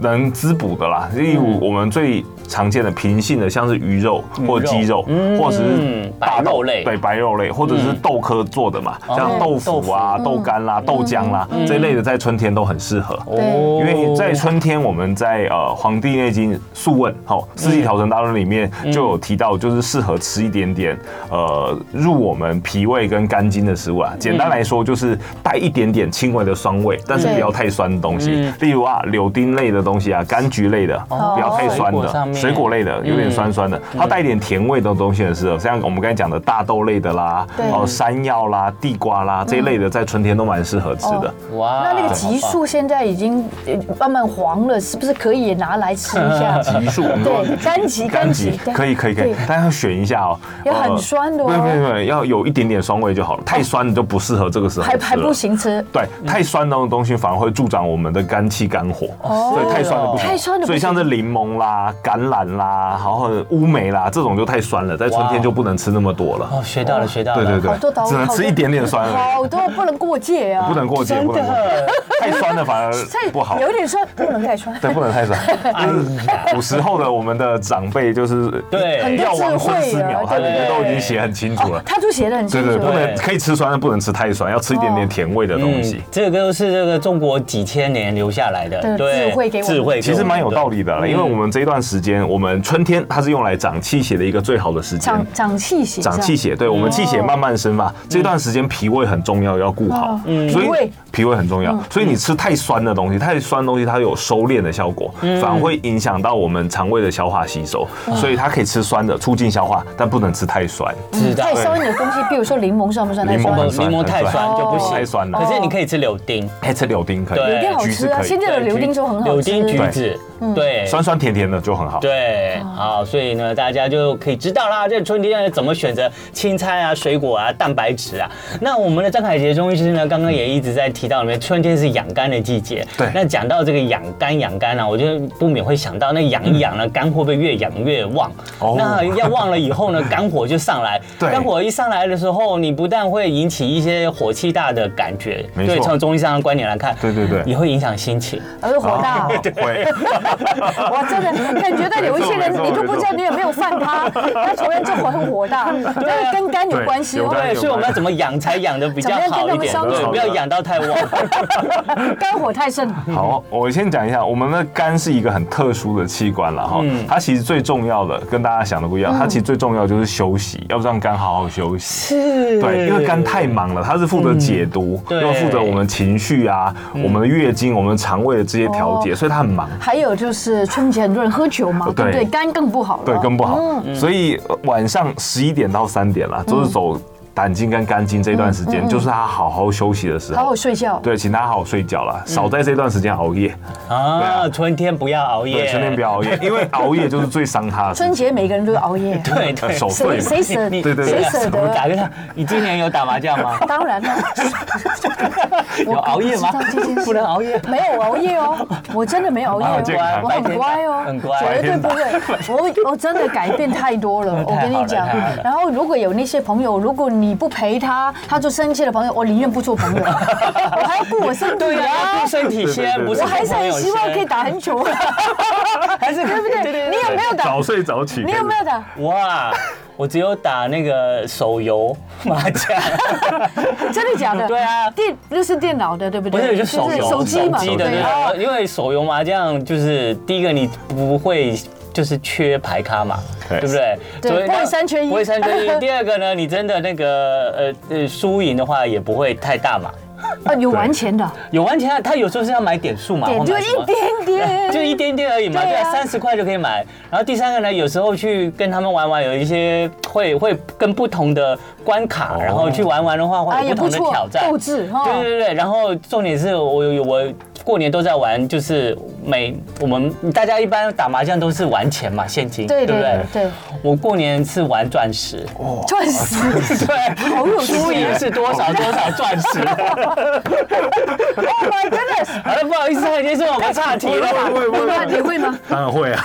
C: 能滋补的啦，例如我们最常见的平性的，像是嗯鱼肉或鸡肉，或者是大
A: 白肉类
C: 对白肉类，或者是豆科做的嘛，像豆腐嗯啊、豆干啦、豆浆啦这一类的，在春天都很适合。
A: 嗯
C: 因为在春天，我们在呃《黄帝内经·素问》吼《四季调神大论》里面就有提到，就是适合吃一点点呃入我们脾胃跟肝经的食物啊。简单来说，就是带一点点轻微的酸味，但是不要太酸的东西
A: 嗯，
C: 例如啊柳丁类的东西啊、柑橘类的，不要太酸
A: 水果上
C: 的，
A: 面
C: 水果类的有点酸酸的，它带一点甜味的东西很适合，像我们刚才讲的大豆类的啦
B: 对，
C: 哦山药啦、地瓜啦这一类的，在春天都蛮适合吃的
B: 哦。
A: 哇
B: 那那个激素现在已经呃慢慢黄了，是不是可以也拿来吃一 下？
C: 激素，我们说
B: 对，柑橘，柑
C: 柑
B: 橘
C: 橘，嗯可以可以可以
B: 对，
C: 但要选一下哦，
B: 要很
C: 呃
B: 酸的哦
C: 不用不用不用，要有一点点酸味就好了，太酸的就不适合这个时候，
B: 还还不。嗯行吃。
C: 对，太酸那种东西反而会助长我们的肝气肝火，所以太酸的不行。
B: 哦太酸的不行
C: 所以像是柠檬啦、橄榄啦，然后乌梅啦，这种就太酸了，在春天就不能吃那么多了。
A: 哦，学到了，学到了。
C: 对对对
B: 好多刀，
C: 只能吃一点点酸而已，
B: 好多不能过界啊，
C: 不能过节，
A: 真
C: 不能过节，
A: 的。
C: 太酸了反而
B: 太
C: 不好。
B: 有点酸，不能太酸。
C: 对，不能太酸。就是古时候的我们的长辈，就是
A: 对很多
C: 药王孙思
B: 智慧啊
C: 邈，他里面
A: 对
C: 都已经写很清楚了。
B: 他就写的很清
C: 对
B: 楚，
C: 对，不
A: 对
C: 能可以吃酸，但不能吃太酸，要吃一点点甜味的东
A: 嗯
C: 西。
B: 哦
A: 这个都是这个中国几千年留下来的
B: 对智慧给我们
A: 智慧
C: 其实蛮有道理的啦，
A: 嗯
C: 因为我们这一段时间，我们春天它是用来长气血的一个最好的时间
B: 长。长气血，
C: 长气血，
B: 哦
C: 对我们气血慢慢生嘛，这段时间脾胃很重要，要顾好
B: 哦。嗯脾胃
C: 脾胃很重要，所以你吃太酸的东西，太酸的东西它有收敛的效果，
B: 嗯
C: 反而会影响到我们肠胃的消化吸收，所以它可以吃酸的促进消化，但不能吃太酸。
A: 嗯知
B: 嗯
A: 道
B: 太。酸的东西，比如说柠檬算不算太酸
C: 柠？
A: 哦
C: 很酸
A: 柠檬太
C: 很
A: 酸
C: 酸
A: 就不行，
C: 太酸了
A: 可是你可以吃柳丁，
C: 哎，吃柳丁可以，
A: 对
B: 柳丁好
C: 橘
B: 吃
C: 子
B: 啊，
C: 可以
B: 现，在的
A: 对
B: 柳丁就很好
A: 柳
B: 吃。嗯
A: 丁、橘子，对，
C: 酸酸甜甜的就很好。哦
A: 对，好，所以呢，大家就可以知道啦，这春天怎么选择青菜啊、水果啊、蛋白质啊。那我们的张凯杰中医师呢，刚刚也一直在提到里面，春天是养肝的季节。
C: 对
A: 那讲到这个养肝，养肝啊，我就不免会想到，那养一养啊呢，肝会不会越养越旺？
C: 哦
A: 那要旺了以后呢，肝火就上来。
C: 对
A: 肝火一上来的时候，你不但会引起一些火气大的感觉，
C: 没
A: 对，
C: 错
A: 从中医上的观点来看，
C: 对对对
A: 也会影响心情。
B: 而且火
C: 啊
B: 大哦，
C: 会。
B: 我真的感觉到有一些人，
C: 没错
B: 你都不知道你有没有犯他，他突然就很火 大，但是跟肝有关系
C: 有
B: 哦
C: 关。
A: 哎对，所以我们要怎么养才养的比较
B: 怎么样
A: 好
B: 跟他
A: 一
B: 们
A: 点？
B: 相处
A: 对，不要养到 太旺。
B: 肝火太盛，
C: 好，我先讲一下，我们的肝是一个很特殊的器官了哈，
B: 嗯
C: 它其实最重要的跟大家想的不一样，它其实最重要就是休息，要让肝好好休息。
A: 是
C: 对，因为肝太忙了，它是负责解
B: 嗯
C: 毒，
A: 对
C: 又负责我们情绪啊、我们的月经、我们肠胃的这些调节，所以它很忙。
B: 还有就是春节很多人喝酒嘛，对不对？
C: 对
B: 肝更不好了。
C: 对，更不好。
B: 哦嗯
C: 所以呃晚上十一点到三点啦，都是走胆经跟肝经这段时间，就是他好好休息的时
B: 嗯好好
C: 候。
B: 睡嗯觉。
C: 对，请他好好睡觉啦，少在这段时间熬夜。
A: 啊，春天不要熬夜，
C: 对，春天不要 熬夜，因为熬夜就是最伤他的事
B: 春
C: 情。
B: 节每个人都熬夜，
A: 对对，
C: 手
A: 你
C: 对
B: 谁
C: 嘛
B: 谁舍
A: 你
C: 对对
B: 谁
C: 对
B: 舍
A: 我
B: 得？
A: 打个他，你今年有打麻将吗？
B: 当然了，
A: 有熬夜吗
B: 我不知道这件事？
A: 不能熬夜。
B: 没有熬夜哦，我真的没有熬夜
C: 蛮有健
B: 哦
C: 康，
B: 我很乖哦，
A: 很乖
B: 绝对不会。我我真的改变太多了，我跟你讲
A: 太好了太好。了
B: 然后如果有那些朋友，如果你不陪他，他就生气的朋友，我宁愿不做朋友，我还要顾我身
A: 对
B: 体
A: 呀，
B: 啊
A: 顾。身体先，
C: 对对对
A: 不是
B: 我还是
A: 顾朋
B: 很
A: 友
B: 希望
A: 先
B: 可以，打很久，
A: 还是
B: 对不对？你有没有打？
C: 早睡早起。
B: 你有没有打？
A: 哇，我只有打那个手游麻将，
B: 真的假的？
A: 对啊
B: 电那是电脑的，对不
A: 不
B: 对？
A: 是就手游
B: 手机嘛，
A: 手机的
B: 对
A: 对
B: 啊
A: 啊，因为手游麻将就是第一个你不会。就是缺牌咖嘛，
C: 对
A: 对不对？
B: 对
A: 所以
B: 不会三缺一
A: 不会三 缺一。第二个呢，你真的那个呃呃输赢的话也不会太大嘛。
B: 啊，有玩钱的，
A: 有完全，他有时候是要买点数嘛，
B: 点
A: 或
B: 就
A: 买什么
B: 一点点，
A: 就一点点而已嘛，
B: 对
A: 对
B: 啊
A: 啊，三十块就可以买。然后第三个呢，有时候去跟他们玩玩，有一些会会跟不同的关卡，然后去玩玩的话，
B: 啊
A: 会
B: 也
A: 有
B: 不
A: 不同的
B: 错
A: 挑，战
B: 斗。志哈。
A: 对对对，然后重点是我有我过年都在玩，就是每我们大家一般打麻将都是玩钱嘛，现金，
B: 对
A: 不
B: 对
A: 对？
B: 对，
A: 我过年是玩钻 石，
B: 钻 石
A: 对，
B: 好有
A: 输
B: 钱
A: 赢是多少多少 钻石。
B: ，Oh my goodness！
A: 好了，不好意思，蔡先生，我们岔题 了。
B: 那你会吗？
C: 当然会啊，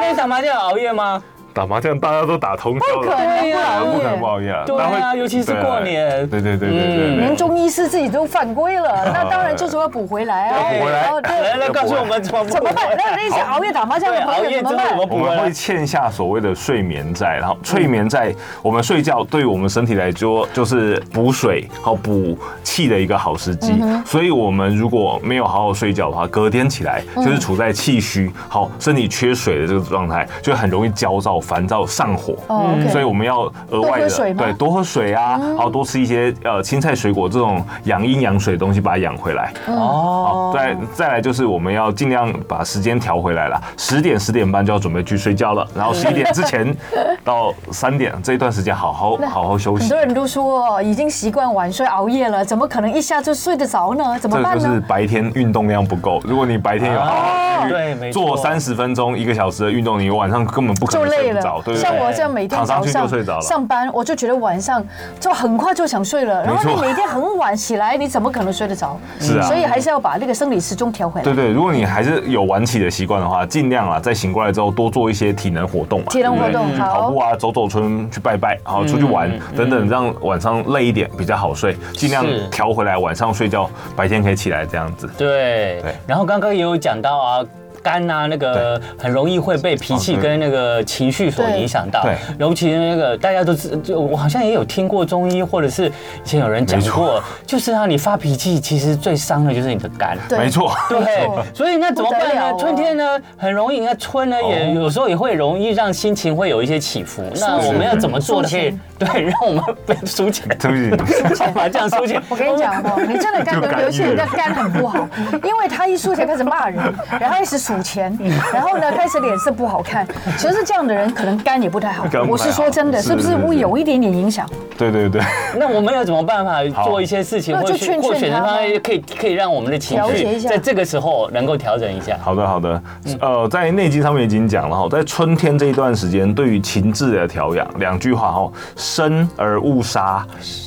A: 那你打麻将 有熬夜吗？
C: 打麻将大家都打通宵
B: 不可
C: 了，
B: 能
A: 对呀
C: 不敢不熬夜啊，
A: 对啊
C: 那会
A: 尤其是过年
C: 对对对对对对
A: 嗯
C: 对
B: 连中医师自己都犯规了，那当然就是要补回来啊。
C: 要补回来
B: 然后
A: 来来，告诉我 们怎么
B: 怎么办？那那些熬夜打麻将的
A: 对，熬
B: 朋友
A: 夜
B: 怎
A: 之
B: 么
A: 后
B: 办
A: 怎么？
C: 我
A: 补回
C: 们
A: 来
C: 会？欠下所谓的睡眠债，然后睡眠债，我们睡觉对于我们身体来说就是补水和补气的一个好时机。
B: 嗯
C: 所以，我们如果没有好好睡觉的话，隔天起来
B: 嗯
C: 就是处在气虚、好身体缺水的这个状态，就很容易焦躁、烦躁、上火。
B: 哦，OK
A: 嗯
C: 所以我们要额
B: 多
C: 外
B: 喝水
C: 的
B: 吗嗯
C: 对多喝水啊，然后多吃一些呃青菜、水果这种养阴养水的东西，把它养回来。
A: 哦
C: 好，，再再来就是我们要尽量把时间调回来了，十点十点半就要准备去睡觉了，然后十一点之前到三点这一段时间好好好好休
B: 很
C: 息
B: 多。人都说哦已经习惯晚睡熬夜了，怎么可能一下就睡得着呢？怎么
C: 这个
B: 办
C: 就是
B: 呢？啊
C: 白天运动量不够，如果你白天有好好去
A: 对没错
B: 哦
C: 做三十分钟、一个小时的运动，你晚上根本不可
B: 就
C: 能
B: 累
C: 睡不
B: 了
C: 着，对，不
B: 像
C: 对？
B: 我这样每天
C: 躺
B: 早
C: 上去就
B: 上
C: 睡着了
B: 上班，我就觉得晚上就很快就想睡了。然后
C: 没
B: 你
C: 错
B: 每天很晚起来，你怎么可能睡得着？
C: 是啊
B: 所以还是要把那个生理时钟调回来
C: 对。对，如果你还是有晚起的习惯的话，尽量啊，在醒过来之后多做一些体能活动嘛，
B: 体能活动
C: 对不对
B: 好
C: 跑步啊，走走村去拜拜，然后出去玩等等，让晚上累一点比较好睡，尽量
A: 是
C: 调回来，晚上睡觉，白天可以起来这样子。
A: 对
C: 对。
A: 然后刚刚也有讲到啊。肝啊，那个很容易会被脾气
C: 哦对
A: 跟那个情绪所影响到
C: 对，
A: 尤其是那个大家都知，就我好像也有听过中医，或者是以前有人讲
C: 没
A: 过
C: 错，
A: 就是啊，你发脾气其实最伤的就是你的肝。
B: 对
C: 没错，
B: 没
A: 对
B: 错，
A: 所以那怎么办
B: 不得了
A: 呢
B: 哦？
A: 春天呢，很容易，那春呢也
C: 哦
A: 有时候也会容易让心情会有一些起伏。那我们要怎么做的可以对让我们被疏解？
C: 对不起，
A: 麻将疏解。
B: 我跟你讲 哦，你真的肝
C: 就
B: 得
C: 肝
B: 瘤，现
C: 郁
B: 在
C: 了
B: 肝很不好，因为他一输钱开始骂人，然后开始数钱， 然后呢开始脸色不好看。其实这样的人可能肝也不太好
C: 肝，不太好
B: 我是说真的，
C: 是
B: 是不是
C: 是是
B: 会有一点点影响？
C: 对对对，
A: 那我们要怎么办法
C: 好
A: 做一些事情，
B: 那
A: 或
B: 就
A: 者
B: 劝
A: 是或
B: 劝
A: 选择
B: 他
A: 方
B: 吗
A: 案可以可以让我们的情
B: 调节一
A: 绪
B: 下
A: 在这个时候能够调整一下？
C: 好的好的，呃，在内经上面已经讲了哈，在春天这一段时间，对于情志的调养，两句话哈，生而勿杀，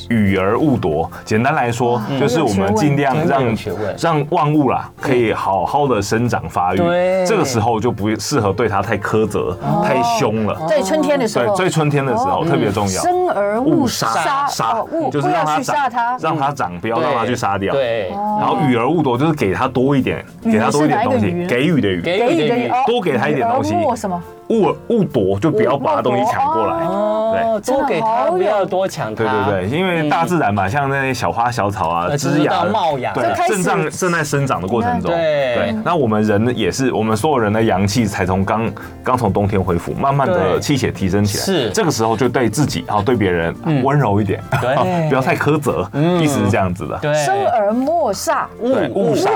C: 予而勿夺。简单来说，就是我们尽量
A: 嗯真的有
C: 让
A: 学问
C: 让万物啦可以好好的生长发育。
A: 对哦
C: 这个时候就不适合对它太苛责、太凶了。
B: 在春天的时
C: 对，
B: 候，
C: 所以春天的时候特别重
A: 嗯
C: 要。
B: 生而勿杀，
C: 杀
B: 哦勿
C: 就是
B: 不
C: 让
B: 要
C: 它
B: 去杀它
C: 长，。让它长，不要让它去杀掉。
A: 嗯对，
C: 然后予而勿夺，就是给他多一点，
A: 嗯
C: 给他多一点东
B: 予是哪一
C: 西，
B: 个
C: 给予的予，
A: 给
B: 给予的予哦
C: 哎多给他一点东西
B: 予而勿什么？
C: 勿勿夺，就不要把东西抢过来。
A: 哦，多
B: 真
A: 给
B: 的好
A: 他，
B: 有
A: 不要多抢
C: 对
A: 他。
C: 对对，因为大自然嘛，像那些小花小草啊，
A: 呃
C: 枝
A: 就是
C: 芽
A: 到冒芽
C: 对
A: 就嗯
B: 开，始
C: 正在正在生长的过程中，
A: 对
C: 那我们人也是，我们所有人的阳气才从刚刚从冬天恢复，慢慢的
A: 对
C: 气血提升起来，
A: 是嗯
C: 这个时候就对自己啊，对别人温柔一点，
A: 对 嗯
C: 不要太苛责，意思是这样子的，
A: 对，
B: 生而莫杀，
C: 对勿杀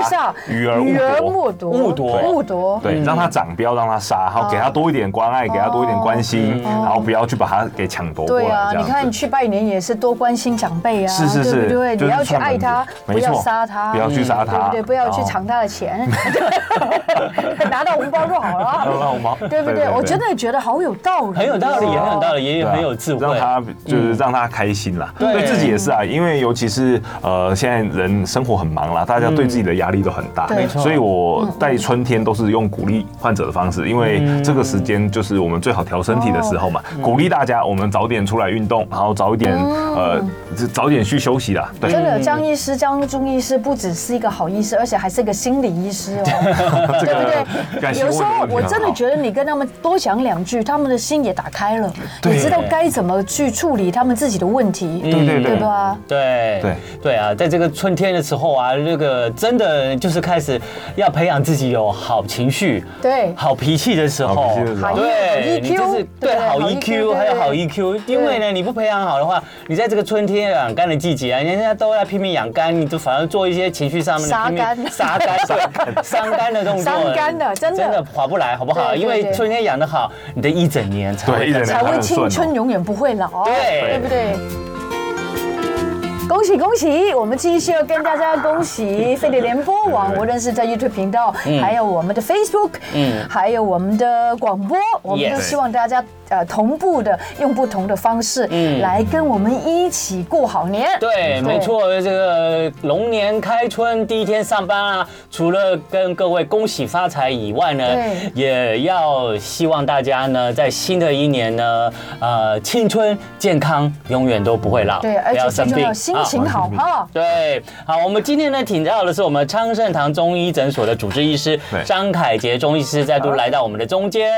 C: 予而勿
B: 予而
C: 夺
B: 莫夺，
A: 勿夺
B: 勿夺。
C: 对，让它长，不要让它杀，然后
B: 哦
C: 给它多一点关爱，给它多一点关心，然后不要去把它给抢夺过
B: 嗯对啊
C: 来，这
B: 你
C: 样
B: 看
C: 子。
B: 去拜年也是多关心长辈啊，
C: 是是
B: 对
C: 是，
B: 不对？
C: 就
B: 你
C: 是
B: 要去
C: 串门
B: 爱他
C: 子，
B: 不
C: 没
B: 要
C: 错
B: 杀他，
C: 不要去杀他，哦
B: 对不对？不要去
C: 然后
B: 抢他的钱， 拿到红包就好
C: 让
B: 了，
C: 让我猫，
B: 对不对？我真的觉得好有道理，
A: 很有道理，
B: 哦
A: 很有道理，也
C: 对啊
A: 很有智慧。
C: 让他就是让他开心啦，
B: 嗯
A: 对
C: 对自己也是啊，因为尤其是呃现在人生活很忙啦，大家对自己的压力都很大，
B: 嗯对没错嗯
C: 所以我在春天都是用鼓励患者的方式，因为这个时间天就是我们最好调身体的时候嘛，
B: 哦
C: 鼓励大家我们早点出来运动，然后早一点呃就早点去休息啦。对，
B: 嗯真的，张医师、张中医师不只是一个好医师，而且还是个心理医师哦，
C: 这
B: 对
C: 个
B: 不
C: 感
B: 对？
C: 谢
B: 有时
C: 问
B: 候
C: 的问题啊
B: 我
C: 很
B: 真的
C: 好
B: 觉得你跟他们多讲两句，他们的心也打开了，
C: 对嗯
B: 也知道该怎么去处理他们自己的问题，
C: 对对
B: 对
C: 对。
B: 吧？
A: 对
C: 对
A: 对啊，在这个春天的时候啊，那个真的就是开始要培养自己有好情绪、
B: 对
A: 好脾气的时
C: 好
A: 候
C: 脾气的时，候
A: 对，
B: 好 EQ
A: 你就是
B: 对
A: 对好
B: 好 E EQ，
A: EQ，还有好 EQ，因为呢，你不培养好的话，你在这个春天养肝的季节啊，人家都在拼命养肝，你就反而做一些情绪上面的
B: 杀
A: 拼命
B: 肝
A: 杀肝、 对伤肝的动作，
B: 伤肝的真的
A: 真的划不来，好不好？
B: 对对
A: 因为
B: 对
A: 春天养得好，你的一整年才
C: 对，一
A: 会
C: 人
B: 才会青春永远不会老，
A: 对
B: 对不对？恭喜恭喜！我们继续要跟大家恭喜飞碟联播网，无论是在 YouTube 频道，
C: 嗯
B: 还有我们的 Facebook，
A: 嗯
B: 还有我们的广播，我们
A: Yes
B: 都希望大家呃同步的用不同的方式
A: 嗯
B: 来跟我们一起过好年。
A: 对，没错，这个龙年开春第一天上班啊，除了跟各位恭喜发财以外呢
B: 对，
A: 也要希望大家呢，在新的一年呢，呃，青春健康永远都不会老，
B: 对，而且最重要心情
A: 啊
B: 好啊。
A: 对，好，我们今天呢，请到的是我们昌盛堂中医诊所的主治医师
C: 对
A: 张凯杰中医师，再度来到我们的中间。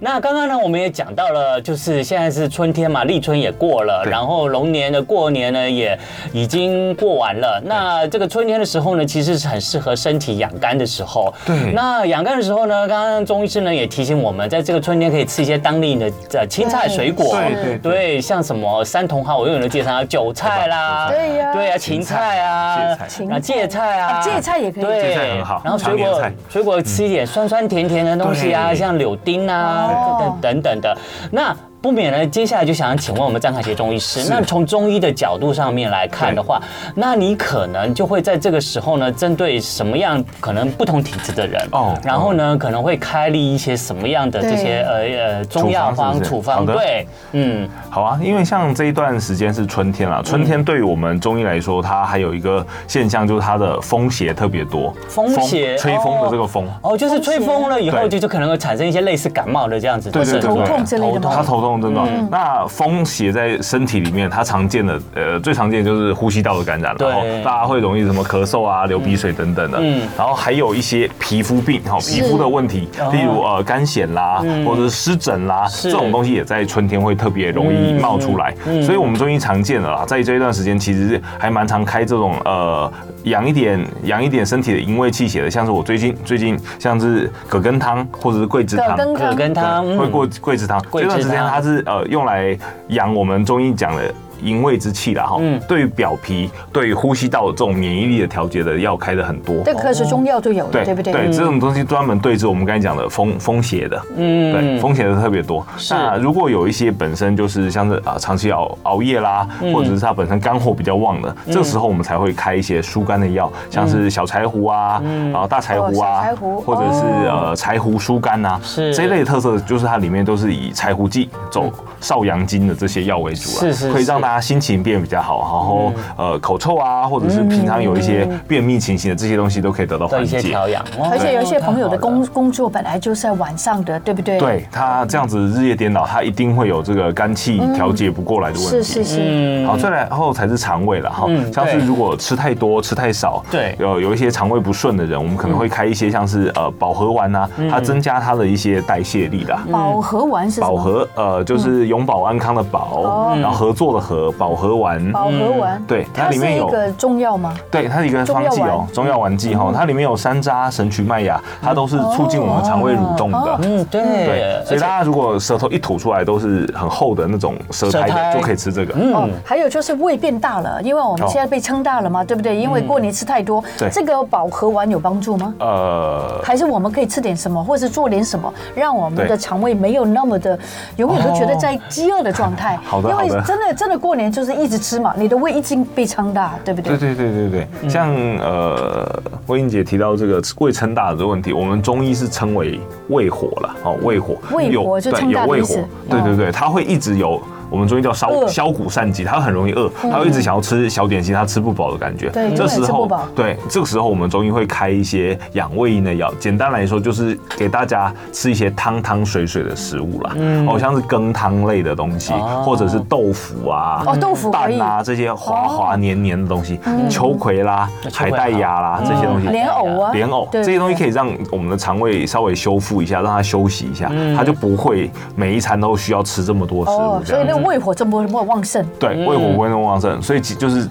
A: 那刚刚呢，我们也讲到了，就是现在是春天嘛，立春也过了，
C: 对
A: 然后龙年的过年呢也已经过完了。那这个春天的时候呢，其实是很适合身体养肝的时候。
C: 对
A: 那养肝的时候呢，刚刚中医师呢也提醒我们，在这个春天可以吃一些当地的呃青菜、
B: 对
A: 水果，
C: 嗯对对对
A: 对，像什么山茼蒿，我永远都介绍它韭菜啦，
B: 对呀
A: 啊对呀，芹菜啊，
C: 芹
A: 啊，芥菜啊，
B: 啊芥菜也可以
A: 对，
C: 芥菜很好
A: 然后水
C: 常年
A: 果
C: 菜，嗯
A: 水果吃一点酸酸甜甜的东西啊，
C: 对
A: 像柳丁啊，
B: 对
A: 等等等的。那不免呢，接下来就想请问我们张凯杰中医师，
C: 是
A: 那从中医的角度上面来看的话，那你可能就会在这个时候呢，针对什么样可能不同体质的人，
C: 哦
A: 然后呢，可能会开立一些什么样的这些呃呃中药
C: 处方是
A: 方
C: 不是
A: 处方，
C: 好的
A: 对，嗯，
C: 好啊，因为像这一段时间是春天
B: 嗯
C: 啦，春天对于我们中医来说，它还有一个现象就是它的风邪特别多，
A: 风邪
C: 吹风的这个风。
A: 哦，就是吹风了以后，
C: 对
A: 就就可能会产生一些类似感冒的这样子的
C: 对对
A: 症
C: 对
A: 状。
B: 头痛之类的吗嗯
C: 他头痛症状。那风邪在身体里面，它常见的呃最常见就是呼吸道的感染了，
A: 对
C: 然后大家会容易什么咳嗽啊、流鼻水等等的。
A: 嗯
C: 嗯，然后还有一些皮肤病，哈，皮肤的问题
A: 哦，嗯
C: 例如呃干癣啦，或者是湿疹啦，
A: 是嗯
C: 这种东西也在春天会特别容易冒出来。所以我们中医常见的啦，在这一段时间其实还蛮常开这种呃养一点养一点身体的营卫气血的，像是我最近最近像是葛根汤或者是桂枝
B: 葛
C: 汤。
B: 根
A: 葛
B: 汤，
A: 根汤嗯
C: 对会过桂枝汤。
A: 桂枝
C: 这段时间
A: 汤
C: 它是呃用来养我们中医讲的。营卫之气啦，哈、
A: 嗯
C: 对于表皮、对于呼吸道这种免疫力的调节的药开的很多，
B: 对，可是中药都有的，对不嗯对？
C: 这种东西专门对治我们刚才讲的风风邪的，
A: 嗯
C: 对，风险的特别多。那如果有一些本身就是像是啊、长期熬熬夜啦，或者是他本身肝火比较旺的，这时候我们才会开一些疏肝的药，像是小柴胡啊，然后大柴胡
B: 哦小
C: 啊，
B: 柴胡
C: 或者是
B: 哦
C: 呃柴胡疏肝啊，
A: 是
C: 这一类的特色就是它里面都是以柴胡剂走少阳经的这些药为主啊，
A: 是是
C: 可以让
A: 是
C: 大家心情变比较好，然后呃口臭啊，或者是平常有一些便秘情形的这些东西都可以得到
A: 的
C: 缓
A: 一些
C: 解。
A: 调养。哇
B: 而且有一些朋友的工
A: 哦太好了
B: 工作本来就是在晚上的，对不对？，
C: 对他这样子日夜颠倒，他一定会有这个肝气调节不过来的问题。
B: 是是是。
A: 嗯
C: 好，再来后才是肠胃了哈
A: 嗯，
C: 像是
A: 对
C: 如果吃太多、吃太少，
A: 对
C: 有有一些肠胃不顺的人，我们可能会开一些像是呃饱和丸啊，它增加它的一些代谢力啦。
A: 嗯
B: 饱和丸是什么？
C: 饱和呃就是永保安康的保，
B: 哦
C: 然后合作的合，饱和丸，
B: 饱和丸，
C: 嗯对它
B: 它
C: 里
B: 是
C: 面
B: 一
C: 有
B: 个中药吗？
C: 对，它是一个方剂哦，中药丸剂哈，它里面有山楂、神曲麦芽，它都是促进我们肠胃蠕动的。
A: 嗯，对，
C: 对，所以大家如果舌头一吐出来都是很厚的那种舌苔
A: 舌苔嗯
C: 的，就可以吃这个。
B: 哦，还有就是胃变大了，因为我们
C: 哦
B: 现在被撑大了嘛，对不对？因
A: 嗯
B: 为过年吃太多，
C: 对
B: 这个饱和丸有帮助吗？
C: 呃，
B: 还是我们可以吃点什么，或是做点什么，让我们
C: 对
B: 的肠胃没有那么的，永远都觉得在饥饿的状态。
C: 好的
B: 因为
C: 好的
B: 真的真的过年就是一直吃嘛，你的胃已经被撑大，对不对嗯
C: 对？对对对对，像呃，魏英姐提到这个胃撑大的这个问题，我们中医是称为胃火了哦，胃火
B: 胃火
C: 有
B: 就
C: 对
B: 撑大
C: 有
B: 的意
C: 胃
B: 思嗯
C: 火，对对对，它会一直有。我们中医叫消
B: 饿嗯
C: 消谷善饥，它很容易饿，它会一直想要吃小点心，它吃不饱的感觉。
B: 对
C: 这
B: 永远
C: 时
B: 吃不
C: 候
B: 饱
C: 对，这个时候我们中医会开一些养胃阴的药，简单来说就是给大家吃一些汤汤水水的食物啦，
B: 嗯
C: 哦，像是羹汤类的东西，
A: 哦
C: 或者是豆腐啊、
B: 哦豆腐可以哦嗯
C: 蛋啊这些滑滑黏黏的东西，秋葵啦、
A: 秋葵
C: 海带芽啦
A: 好
C: 这些东西
A: 嗯。
B: 莲藕啊，
C: 莲藕
B: 对
C: 这些东西可以让我们的肠胃稍微修复一下，让它休息一下，它就不会每一餐都需要吃这么多食物
B: 哦，
C: 这
B: 所以
C: 样
B: 那
C: 子。
B: 胃火这么这么旺盛，
C: 对，胃火不会那么旺盛，所以其就是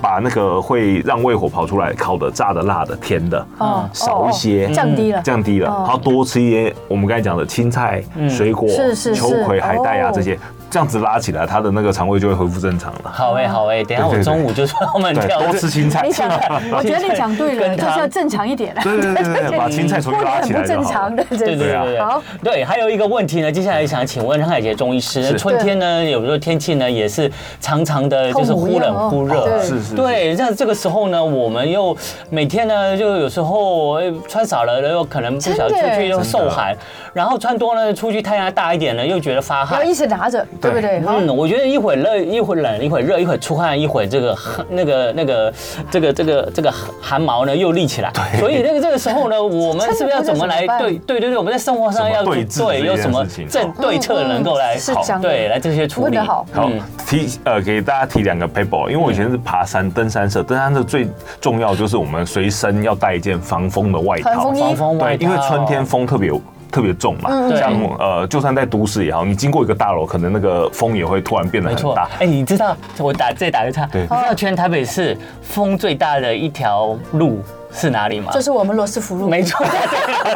C: 把那个会让胃火跑出来，烤的、炸的、辣的、甜的，
B: 哦
C: 少一些嗯
B: 哦哦降低了，
C: 降低了，
B: 哦嗯
C: 然后多吃一些我们刚才讲的青菜、水果、
B: 是哦是
C: 秋葵、
B: 是
C: 海带呀
B: 哦
C: 这些，这样子拉起来，它的那个肠胃就会恢复正常了。
A: 好哎、好哎、等一下
C: 对对
A: 我
C: 对
A: 中午就专门
C: 对，
A: 挑
C: 多吃青菜
B: 你。讲，我觉得你讲对了，
A: 跟
B: 就
A: 他
B: 是要正常一点。
C: 对对对对对，把青菜重
B: 不
C: 新拉
B: 然
C: 起
B: 很
C: 来
B: 不
C: 就
B: 正
C: 好
B: 常
C: 了。
B: 的，对
A: 对对
C: 啊
A: 对，
B: 好，
A: 对，还有一个问题呢，接下来想请问汉海杰中医师，
C: 是
A: 春天呢，有时候天气呢也是常常的，就是忽冷忽
B: 痛苦一样
A: 热，
B: 哦
C: 是是
A: 对，像这个时候呢，我们又每天呢，就有时候哎穿少了，又可能不小心
B: 真的
A: 出去又
C: 耶
A: 受寒，然后穿多了出去太阳大一点了，又觉得发
B: 然后
A: 汗。
B: 一直拿着，对不对？好，
A: 嗯，我觉得一会儿热，一会儿冷，一会儿热，一会儿出汗，一会儿这个汗那个那个这个这个这个汗毛呢又立起来。
C: 对
A: 所以那个这个时候 呢，我们是不是要怎么来
B: 真的不知道怎么
A: 对
B: 办
A: 对对对，我们在生活上要
C: 怎么对治这
A: 有
C: 件
A: 什么
C: 事情
A: 正对策能够来
B: 嗯嗯是讲得
A: 对来这些处
B: 问
A: 理
B: 得好
C: 好
A: 嗯，
C: 提呃给大家提两个 paper，因为我以前是爬山、登山社，登山社最重要就是我们随身要带一件防风的外套，
B: 防风衣
A: 防风
C: 对，因为春天风特别。特别重嘛，
A: 嗯
C: 像
A: 对
C: 呃，就算在都市也好，你经过一个大楼，可能那个风也会突然变得
A: 没
C: 很
A: 错
C: 大。。
A: 哎，你知道我打这打个岔，
C: 对
A: 你知道全台北市风最大的一条路是哪里吗？
B: 就是我们罗斯福路，
A: 没错，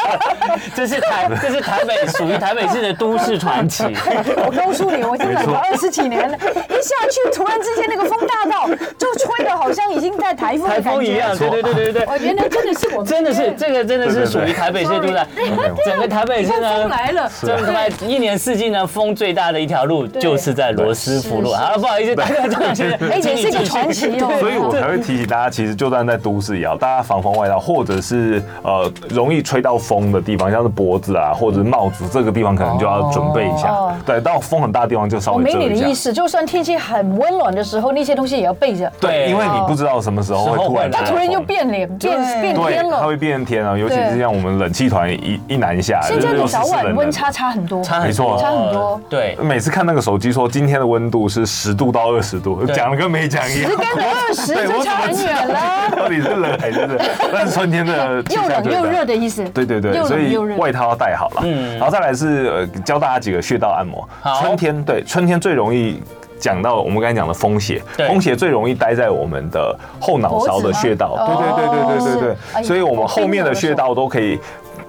A: 这是台这是台北属于台北市的都市传 奇。
B: 我告诉你，我已经
C: 没
B: 冷
C: 错
B: 了二十几年了，一下去突然之间那个风大到，就吹的好像已经在台风
A: 台
B: 的感
A: 风一
B: 觉。
A: 样，
C: 没错
A: 对对对对对
B: 哦，原来真的是我们这
A: 真
B: 边，
A: 的是这个，真的是
C: 对对对
A: 属于台北市，对不对
B: Sorry？
A: 整个台北
B: 你
A: 市
B: 看
A: 呢
B: 风，来了，
A: 真的妈一年四季呢，风最大的一条路就是在罗斯福路。
B: 是是
A: 好了，不好意思，大家这样子，
B: 哎，
A: 请
B: 也
A: 你
B: 是一个
A: 继续
B: 传奇哦。
C: 所以我才会提醒大家，其实就算在都市也好，大家防风外套，或者是呃容易吹到风的地方，像是脖子啊或者是帽子这个地方，可能就要准备一下。
B: 哦
C: 对，到风很大的地方就稍
B: 我
C: 微
B: 没
C: 遮
B: 你
C: 一
B: 的
C: 下
B: 意。思，就算天气很温暖的时候，那些东西也要备着。
A: 对
C: 对，因为你不知道什么时候会突然
A: 时候会来
C: 来
B: 它
C: 风，
B: 突然就变脸，变变
C: 对
B: 天，
C: 它
B: 了。
C: 会变天啊，尤其
B: 对
C: 是像我们冷气团一一南下，
B: 现在的
C: 就是
B: 早
C: 14
B: 晚
C: 冷
B: 温
C: 的
B: 差差很多，
A: 差很
C: 没错
A: 多，
B: 差很多
A: 对。
C: 每次看那个手机说今天的温度是十度到二十度，
A: 对
C: 讲了跟没讲一样
B: 十。跟二十
C: 对
B: 就差很远了。。
C: 我怎么知道到底是冷还是热？但是春天的气
B: 又
C: 象
B: 冷
C: 就
B: 又
C: 是这样
B: 热的意思。
C: 对对对，
B: 又
C: 所
B: 冷
C: 以
B: 又热。
C: 外套要带好了。嗯，然后再来是呃，教大家几个穴道按摩
A: 好。
C: 春天对春天最容易。讲到我们刚才讲的风邪
A: 对，
C: 风邪最容易待在我们的后脑勺的穴道，
B: 脖子吗
C: 对对对对对对
B: 哦是哎
C: 对，所以我们后面的穴道都可以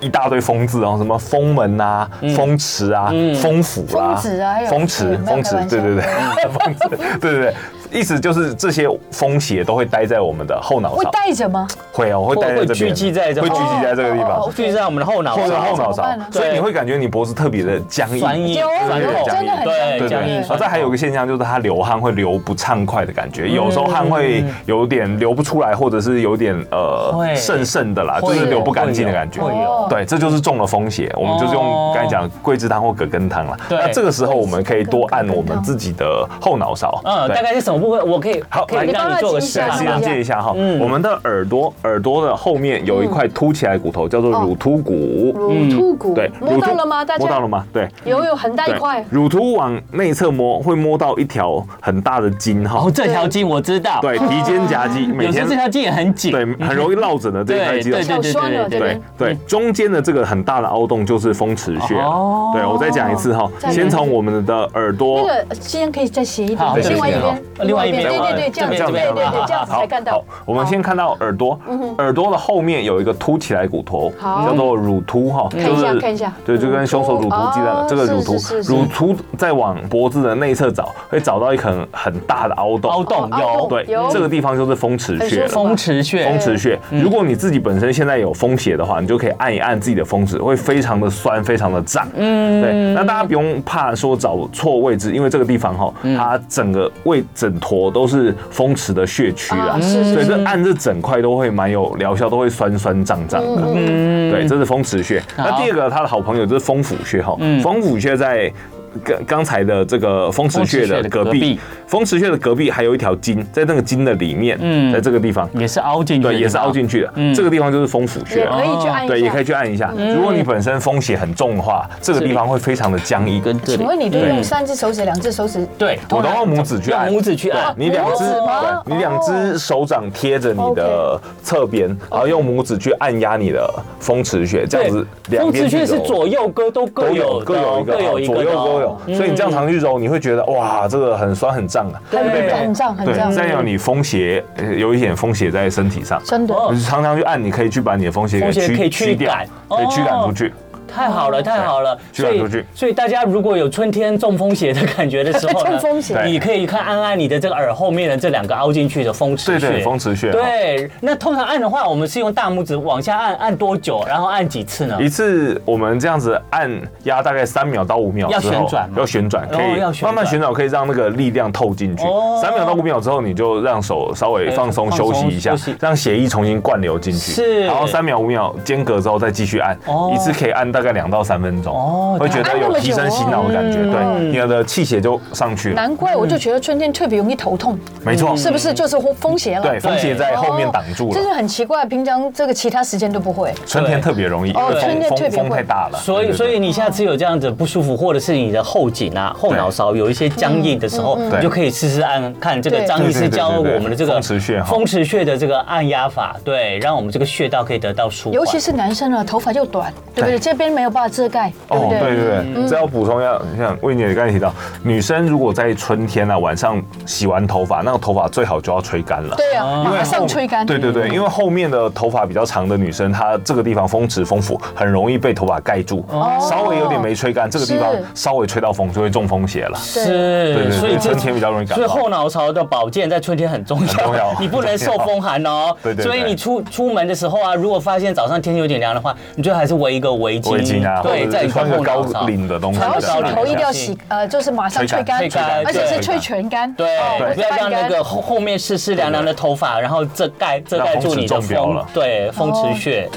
C: 一大堆风字，然后什么风门啊、
A: 嗯
C: 风池啊、风府
B: 风
C: 啦、
B: 池啊还有
C: 风池
B: 对、没有
C: 风池
B: 开玩，笑
C: 对对对，风池， 对对对，意思就是这些风邪都会待在我们的后脑
B: 会
C: 勺，
B: 带着吗？
C: 会哦，会待在
A: 会
C: 这边，
A: 聚集在这
C: 会聚集在这个地
B: 哦哦
C: 方
B: 哦。
A: 就是在我们的后脑
C: 或者
A: 勺，
C: 后脑
B: 怎么办呢
C: 勺，所以你会感觉你脖子特别的僵硬，
A: 酸硬
B: 有
A: 酸
B: 有
A: 痛，
B: 真的很
A: 对
B: 僵硬
C: 对对
A: 僵硬
C: 对。
A: 酸
C: 然后再还有一个现象就是它流汗会流不畅快的感觉，有时候汗会有点流不出来，或者是有点
A: 嗯会
C: 呃渗渗的啦，就
A: 会
C: 是
A: 有
C: 流不干净的感觉
A: 会。有
B: 哦
C: 对，这就是中了风邪，我们就
A: 哦
C: 是用刚才讲的桂枝汤或葛根汤啦。
A: 对
C: 那这个时候我们可以多按
B: 葛
C: 我
B: 根
C: 们
B: 汤
C: 自己的后脑勺，
A: 嗯，
C: 对
A: 大概是什么部分？我可以
C: 好
A: 可以让
C: 来
B: 你
A: 你
B: 帮
A: 做
B: 我
A: 个
B: 记一
A: 示
B: 下
C: 来，
A: 范
C: 这
B: 记
C: 样介一下哈，
A: 嗯
C: 我们的耳朵，耳朵的后面有一块凸起来骨头，叫做乳突骨。
B: 嗯哦
C: 嗯
B: 乳突骨
C: 对，
B: 摸
C: 乳突
B: 到了吗？大家
C: 摸到了吗？对。
B: 有有很大一
C: 对
B: 块，
C: 乳突往内侧摸，会摸到一条很大的筋哈
A: 哦，。这条筋我知道，
C: 对，提肩夹肌，每
A: 有时
C: 天
A: 候这条筋也很紧，
C: 对很容易落枕的这一块肌肉
A: 对。对
B: 小酸了这
A: 对
C: 对
B: 边。
C: 对，中间的这个很大的凹洞就是风池穴了。
A: 哦
C: 对，我再讲一次哈
B: 再，来
C: 先从我们的耳朵
B: 那个先可以再斜一
A: 好
B: 点，另外一边，
A: 另外一边
B: 对对对，这样子，
A: 这
B: 对
A: 边
B: 对
A: 这边
B: 对，这样子才看
C: 啊好
B: 到嗯
C: 好。我们先看到耳朵，耳朵的后面有一个凸起来骨头，
B: 好
C: 叫做乳突哈，
B: 看一下看一下
C: 对，就跟胸手乳突肌的
B: 哦
C: 这个乳突
B: 是是是，是
C: 乳突再往脖子的内侧找，会找到一个很很大的凹洞，
A: 凹洞
B: 哦
A: 有
B: 凹洞
C: 对
B: 有，
C: 这个地方就是风池穴
B: 很舒。
C: 了
B: 服
A: 风池穴，
C: 风池穴，如果你自己本身现在有风邪的话，你就可以按一按自己的风池，会非常的酸，非常的胀。嗯，对。那大家不用怕说找错位置，因为这个地方哈，它整个位整坨都是风池的穴区啊
B: 啊，是是
C: 所以
B: 是
C: 这按这整块都会蛮有疗效，都会酸酸胀胀的。对，这是风池穴。
A: 好
C: 那第二个，他的好朋友就是风府穴哈，风府穴在。刚刚才的这个风池穴
D: 风池穴
C: 的隔
D: 的隔壁
C: 壁，风池穴的隔壁还有一条筋，在那个筋的里面，
D: 嗯
C: 在这个地方，
D: 也是凹进去的地
C: 对，
D: 方，
C: 也是凹进去的
D: 嗯，
C: 这个地方就是风府穴
B: 也。可以去按一下。嗯
C: 对，也可以去按一下。如果你本身风邪很重的话，这个地方会非常的僵硬。
D: 跟这里
B: 请。问你都用三只手指、两只手指？
D: 对，
C: 我都用拇指去按，
A: 用拇指去按
C: 对你两只，
B: 拇指吗
C: 对你两只手掌贴着你的侧边，然后用拇指去按压你的风池穴，这样子两
A: 风
C: 边
A: 池
C: 去
A: 穴是
C: 揉
A: 左右各都各有
C: 都有
A: 的
C: 各有
A: 哦
C: 一个，
A: 各有一个
C: 左右
A: 的哦
C: 都有，所以你这样常去揉，你会觉得哇，这个很酸很胀的。
B: 很很胀，很
C: 对，
B: 胀，
C: 再有你风邪，呃有一点风邪在身体上，
B: 真的。
A: 哦
C: 你常常去按，你可以去把你的风邪给
A: 风邪可以
C: 驱
A: 驱
C: 驱掉
A: 赶，哦
C: 对，驱赶出去。
A: 太好了，太好了！
C: 去吧
A: 所以
C: 出去
A: 所以大家如果有春天中风邪的感觉的时候呢
B: 中风邪，
A: 你可以看按按你的这个耳后面的这两个凹进去的风池
C: 对
A: 穴。
C: 对，风池穴。
A: 对，那通常按的话，我们是用大拇指往下按，按多久？然后按几次呢？
C: 一次我们这样子按压大概三秒到五秒之后，
A: 要旋转吗
C: 要旋转，可
A: 哦
C: 以
A: 要旋转
C: 慢慢旋转，可以让那个力量透进去
A: 哦。
C: 三秒到五秒之后，你就让手稍微放松
A: 放
C: 休
A: 松
C: 息一下
A: 休息，
C: 让血液重新灌流进去。
A: 是
C: 然后三秒五秒间隔之后再继续按
A: 哦，
C: 一次可以按大概两到三分钟
A: 哦，
C: 会觉得有提升心脑的感觉，对，你的气血就上去了。
B: 难怪我就觉得春天特别容易头痛，
C: 没错，
B: 是不是就是风风邪了？
C: 哦对，风邪在后面
B: 哦
C: 挡住
B: 这
C: 了，
B: 是很奇怪，平常这个其他时间都不会。
C: 春天特别容易，因
B: 哦
C: 为
B: 春
C: 风
B: 天特别
C: 风风
B: 会
C: 太大了，
A: 所
C: 对
A: 以，
C: 对
A: 所以
C: 对
A: 你下次有这样子不舒服，或者是你的后颈啊、后脑勺有一些僵硬的时候，
C: 对
A: 你就可以试试按看这个
B: 对
A: 张医师教我们的这个
C: 嗯对对对对对风池穴哈
A: 风池穴的这个按压法，对，让我们这个穴道可以得到舒缓。
B: 尤其是男生啊，头发又短，对不对？
C: 对
B: 这边没有办法遮盖，对嗯不
C: 哦，对
B: 对？
C: 对对，这要补充一下，你像魏姐刚才提到，女生如果在春天啊晚上洗完头发，那个头发最好就要吹干了。
B: 对啊，
C: 因为
B: 马
C: 后
B: 上吹干。嗯
C: 对对对，因为后面的头发比较长的女生，她这个地方风池丰富，很容易被头发盖住，稍微有点没吹干，这个地方
B: 哦是
C: 稍微吹到风就会中风邪了。对
A: 是，
C: 对
A: 所以
C: 对，
A: 这
C: 春天比较容易感
A: 所以
C: 冒。
A: 后脑勺的保健在春天很重要，
C: 很重要
A: 你不能受风寒哦。
C: 对对对
A: 所以你出出门的时候啊，如果发现早上天气有点凉的话，你最好还是围一个围巾，
C: 围巾啊，或
A: 对，
C: 者
A: 在
C: 是
A: 你
C: 穿
A: 的
C: 个
A: 后
C: 高
A: 脑勺
C: 领的东西。
B: 然后洗
A: 对
B: 头一定要
A: 对
B: 洗，呃，就是马上吹
C: 吹干
B: 干，
A: 吹干
B: 而且
A: 对
B: 是吹全干，
A: 对
B: 哦，
A: 不要让那个后后面湿湿凉凉的头发，然后遮盖遮盖住你的
C: 让风池中标
A: 风
C: 了，
A: 对，风池穴，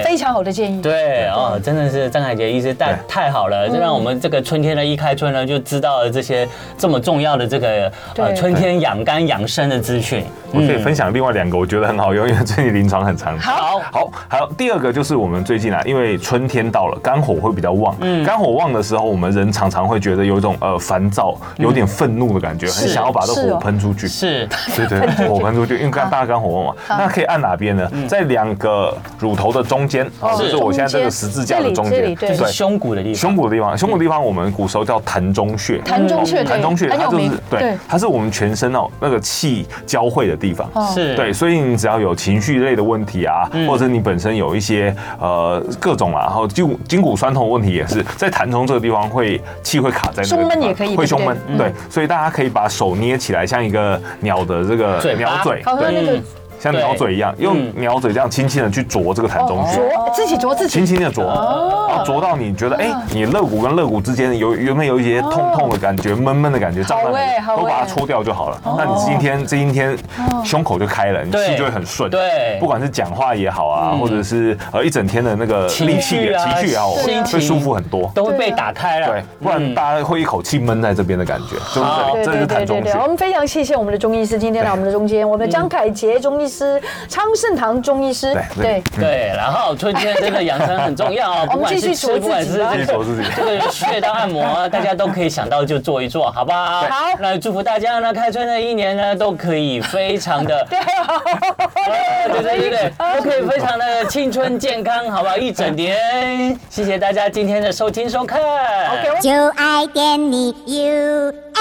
B: 哦非常好的建议。
A: 对哦，真的是张凯杰医师太
C: 对
A: 太好了，这让我们这个春天的一开春呢，就知道了这些这么重要的这个呃
B: 对
A: 春天养肝养生的资讯。
C: 我可以
A: 嗯
C: 分享另外两个，我觉得很好用，因为最近临床很常见。
B: 好
C: 好，还有第二个就是我们最近啊，因为春天到了，肝火会比较旺。
B: 嗯
C: 肝火旺的时候，我们人常常会觉得有一种呃烦躁、有点愤怒的感觉，很想要把这
B: 是哦
C: 火喷出去。
A: 是，
C: 对对，火喷出去，因为肝大肝火旺嘛。那可以按哪边呢？在两个乳头的中间，
B: 哦
C: 啊，就是我现在这个十字架的中
B: 这
C: 间
B: 里，这里对
A: 就是胸骨的地方。
C: 胸骨的地方，胸骨的地方我们古时候叫膻中穴，嗯
B: 膻中穴，对
C: 膻中穴
B: 很
C: 它
B: 有
C: 就是
B: 名，
C: 对，它是我们全身哦那个气交汇的地方。
B: 哦
A: 是
C: 对，所以你只要有情绪类的问题啊，
B: 嗯
C: 或者你本身有一些呃各种啊，然后筋骨筋骨酸痛的问题也是在痰中这个地方会气会卡在那个地方
B: 胸闷也可以对不对
C: 会
B: 嗯
C: 胸闷，对，所以大家可以把手捏起来，像一个鸟的这个
A: 嘴巴
C: 鸟嘴，
B: 好像
C: 对，
B: 那个嗯
A: 嗯
C: 像鸟嘴一样，用鸟嘴这样轻轻的去啄这个痰中穴。
B: 啄自己啄自己
C: 轻，轻的啄，
B: 哦
C: 然后啄到你
B: 嗯
C: 觉得，哎，你肋骨跟肋骨之间有原本有一些痛痛的感觉、闷闷的感觉，胀
B: 哦好
C: 胀的
B: 欸
C: 感
B: 好哦
C: 觉，都把它
B: 欸
C: 戳掉就好了。那你今天今天胸口就开了，你
A: 对
C: 气就会很顺。
A: 对
C: 不管是讲话也好
B: 嗯
C: 啊，或者是呃一整天的那个
A: 情
C: 力气
A: 绪
C: 也
A: 啊
C: 情绪也好，
A: 心情
C: 会舒服很多。
A: 都会被打开
B: 啊
A: 了。嗯
C: 对，不然大家会一口气闷在这边的感觉，就是
B: 对嗯哦对
C: 这里，这是
B: 对
C: 痰
B: 对
C: 中
B: 对，
C: 穴
B: 我。们非常谢谢我们的中医师今天来我们的中间，我们的张凯杰中医师、昌盛堂中医师，
C: 对
A: 对，然后春天真的养生很重要哦，
B: 我
A: 不
B: 们
A: 管
B: 继续
A: 是吃，
B: 说
A: 不管
B: 自己
A: 是
B: 吧
A: 这
C: 自己
A: 个
C: 啄自己。
A: 这个穴道按摩啊，大家都可以想到就做一做，好不好？
B: 好
A: 那祝福大家呢，开春的一年呢，都可以非常的，对对对对对，都可以非常的青春健康，好不好？一整年，谢谢大家今天的收听收看。
B: ，OK，我们
E: 就爱点你 UFO。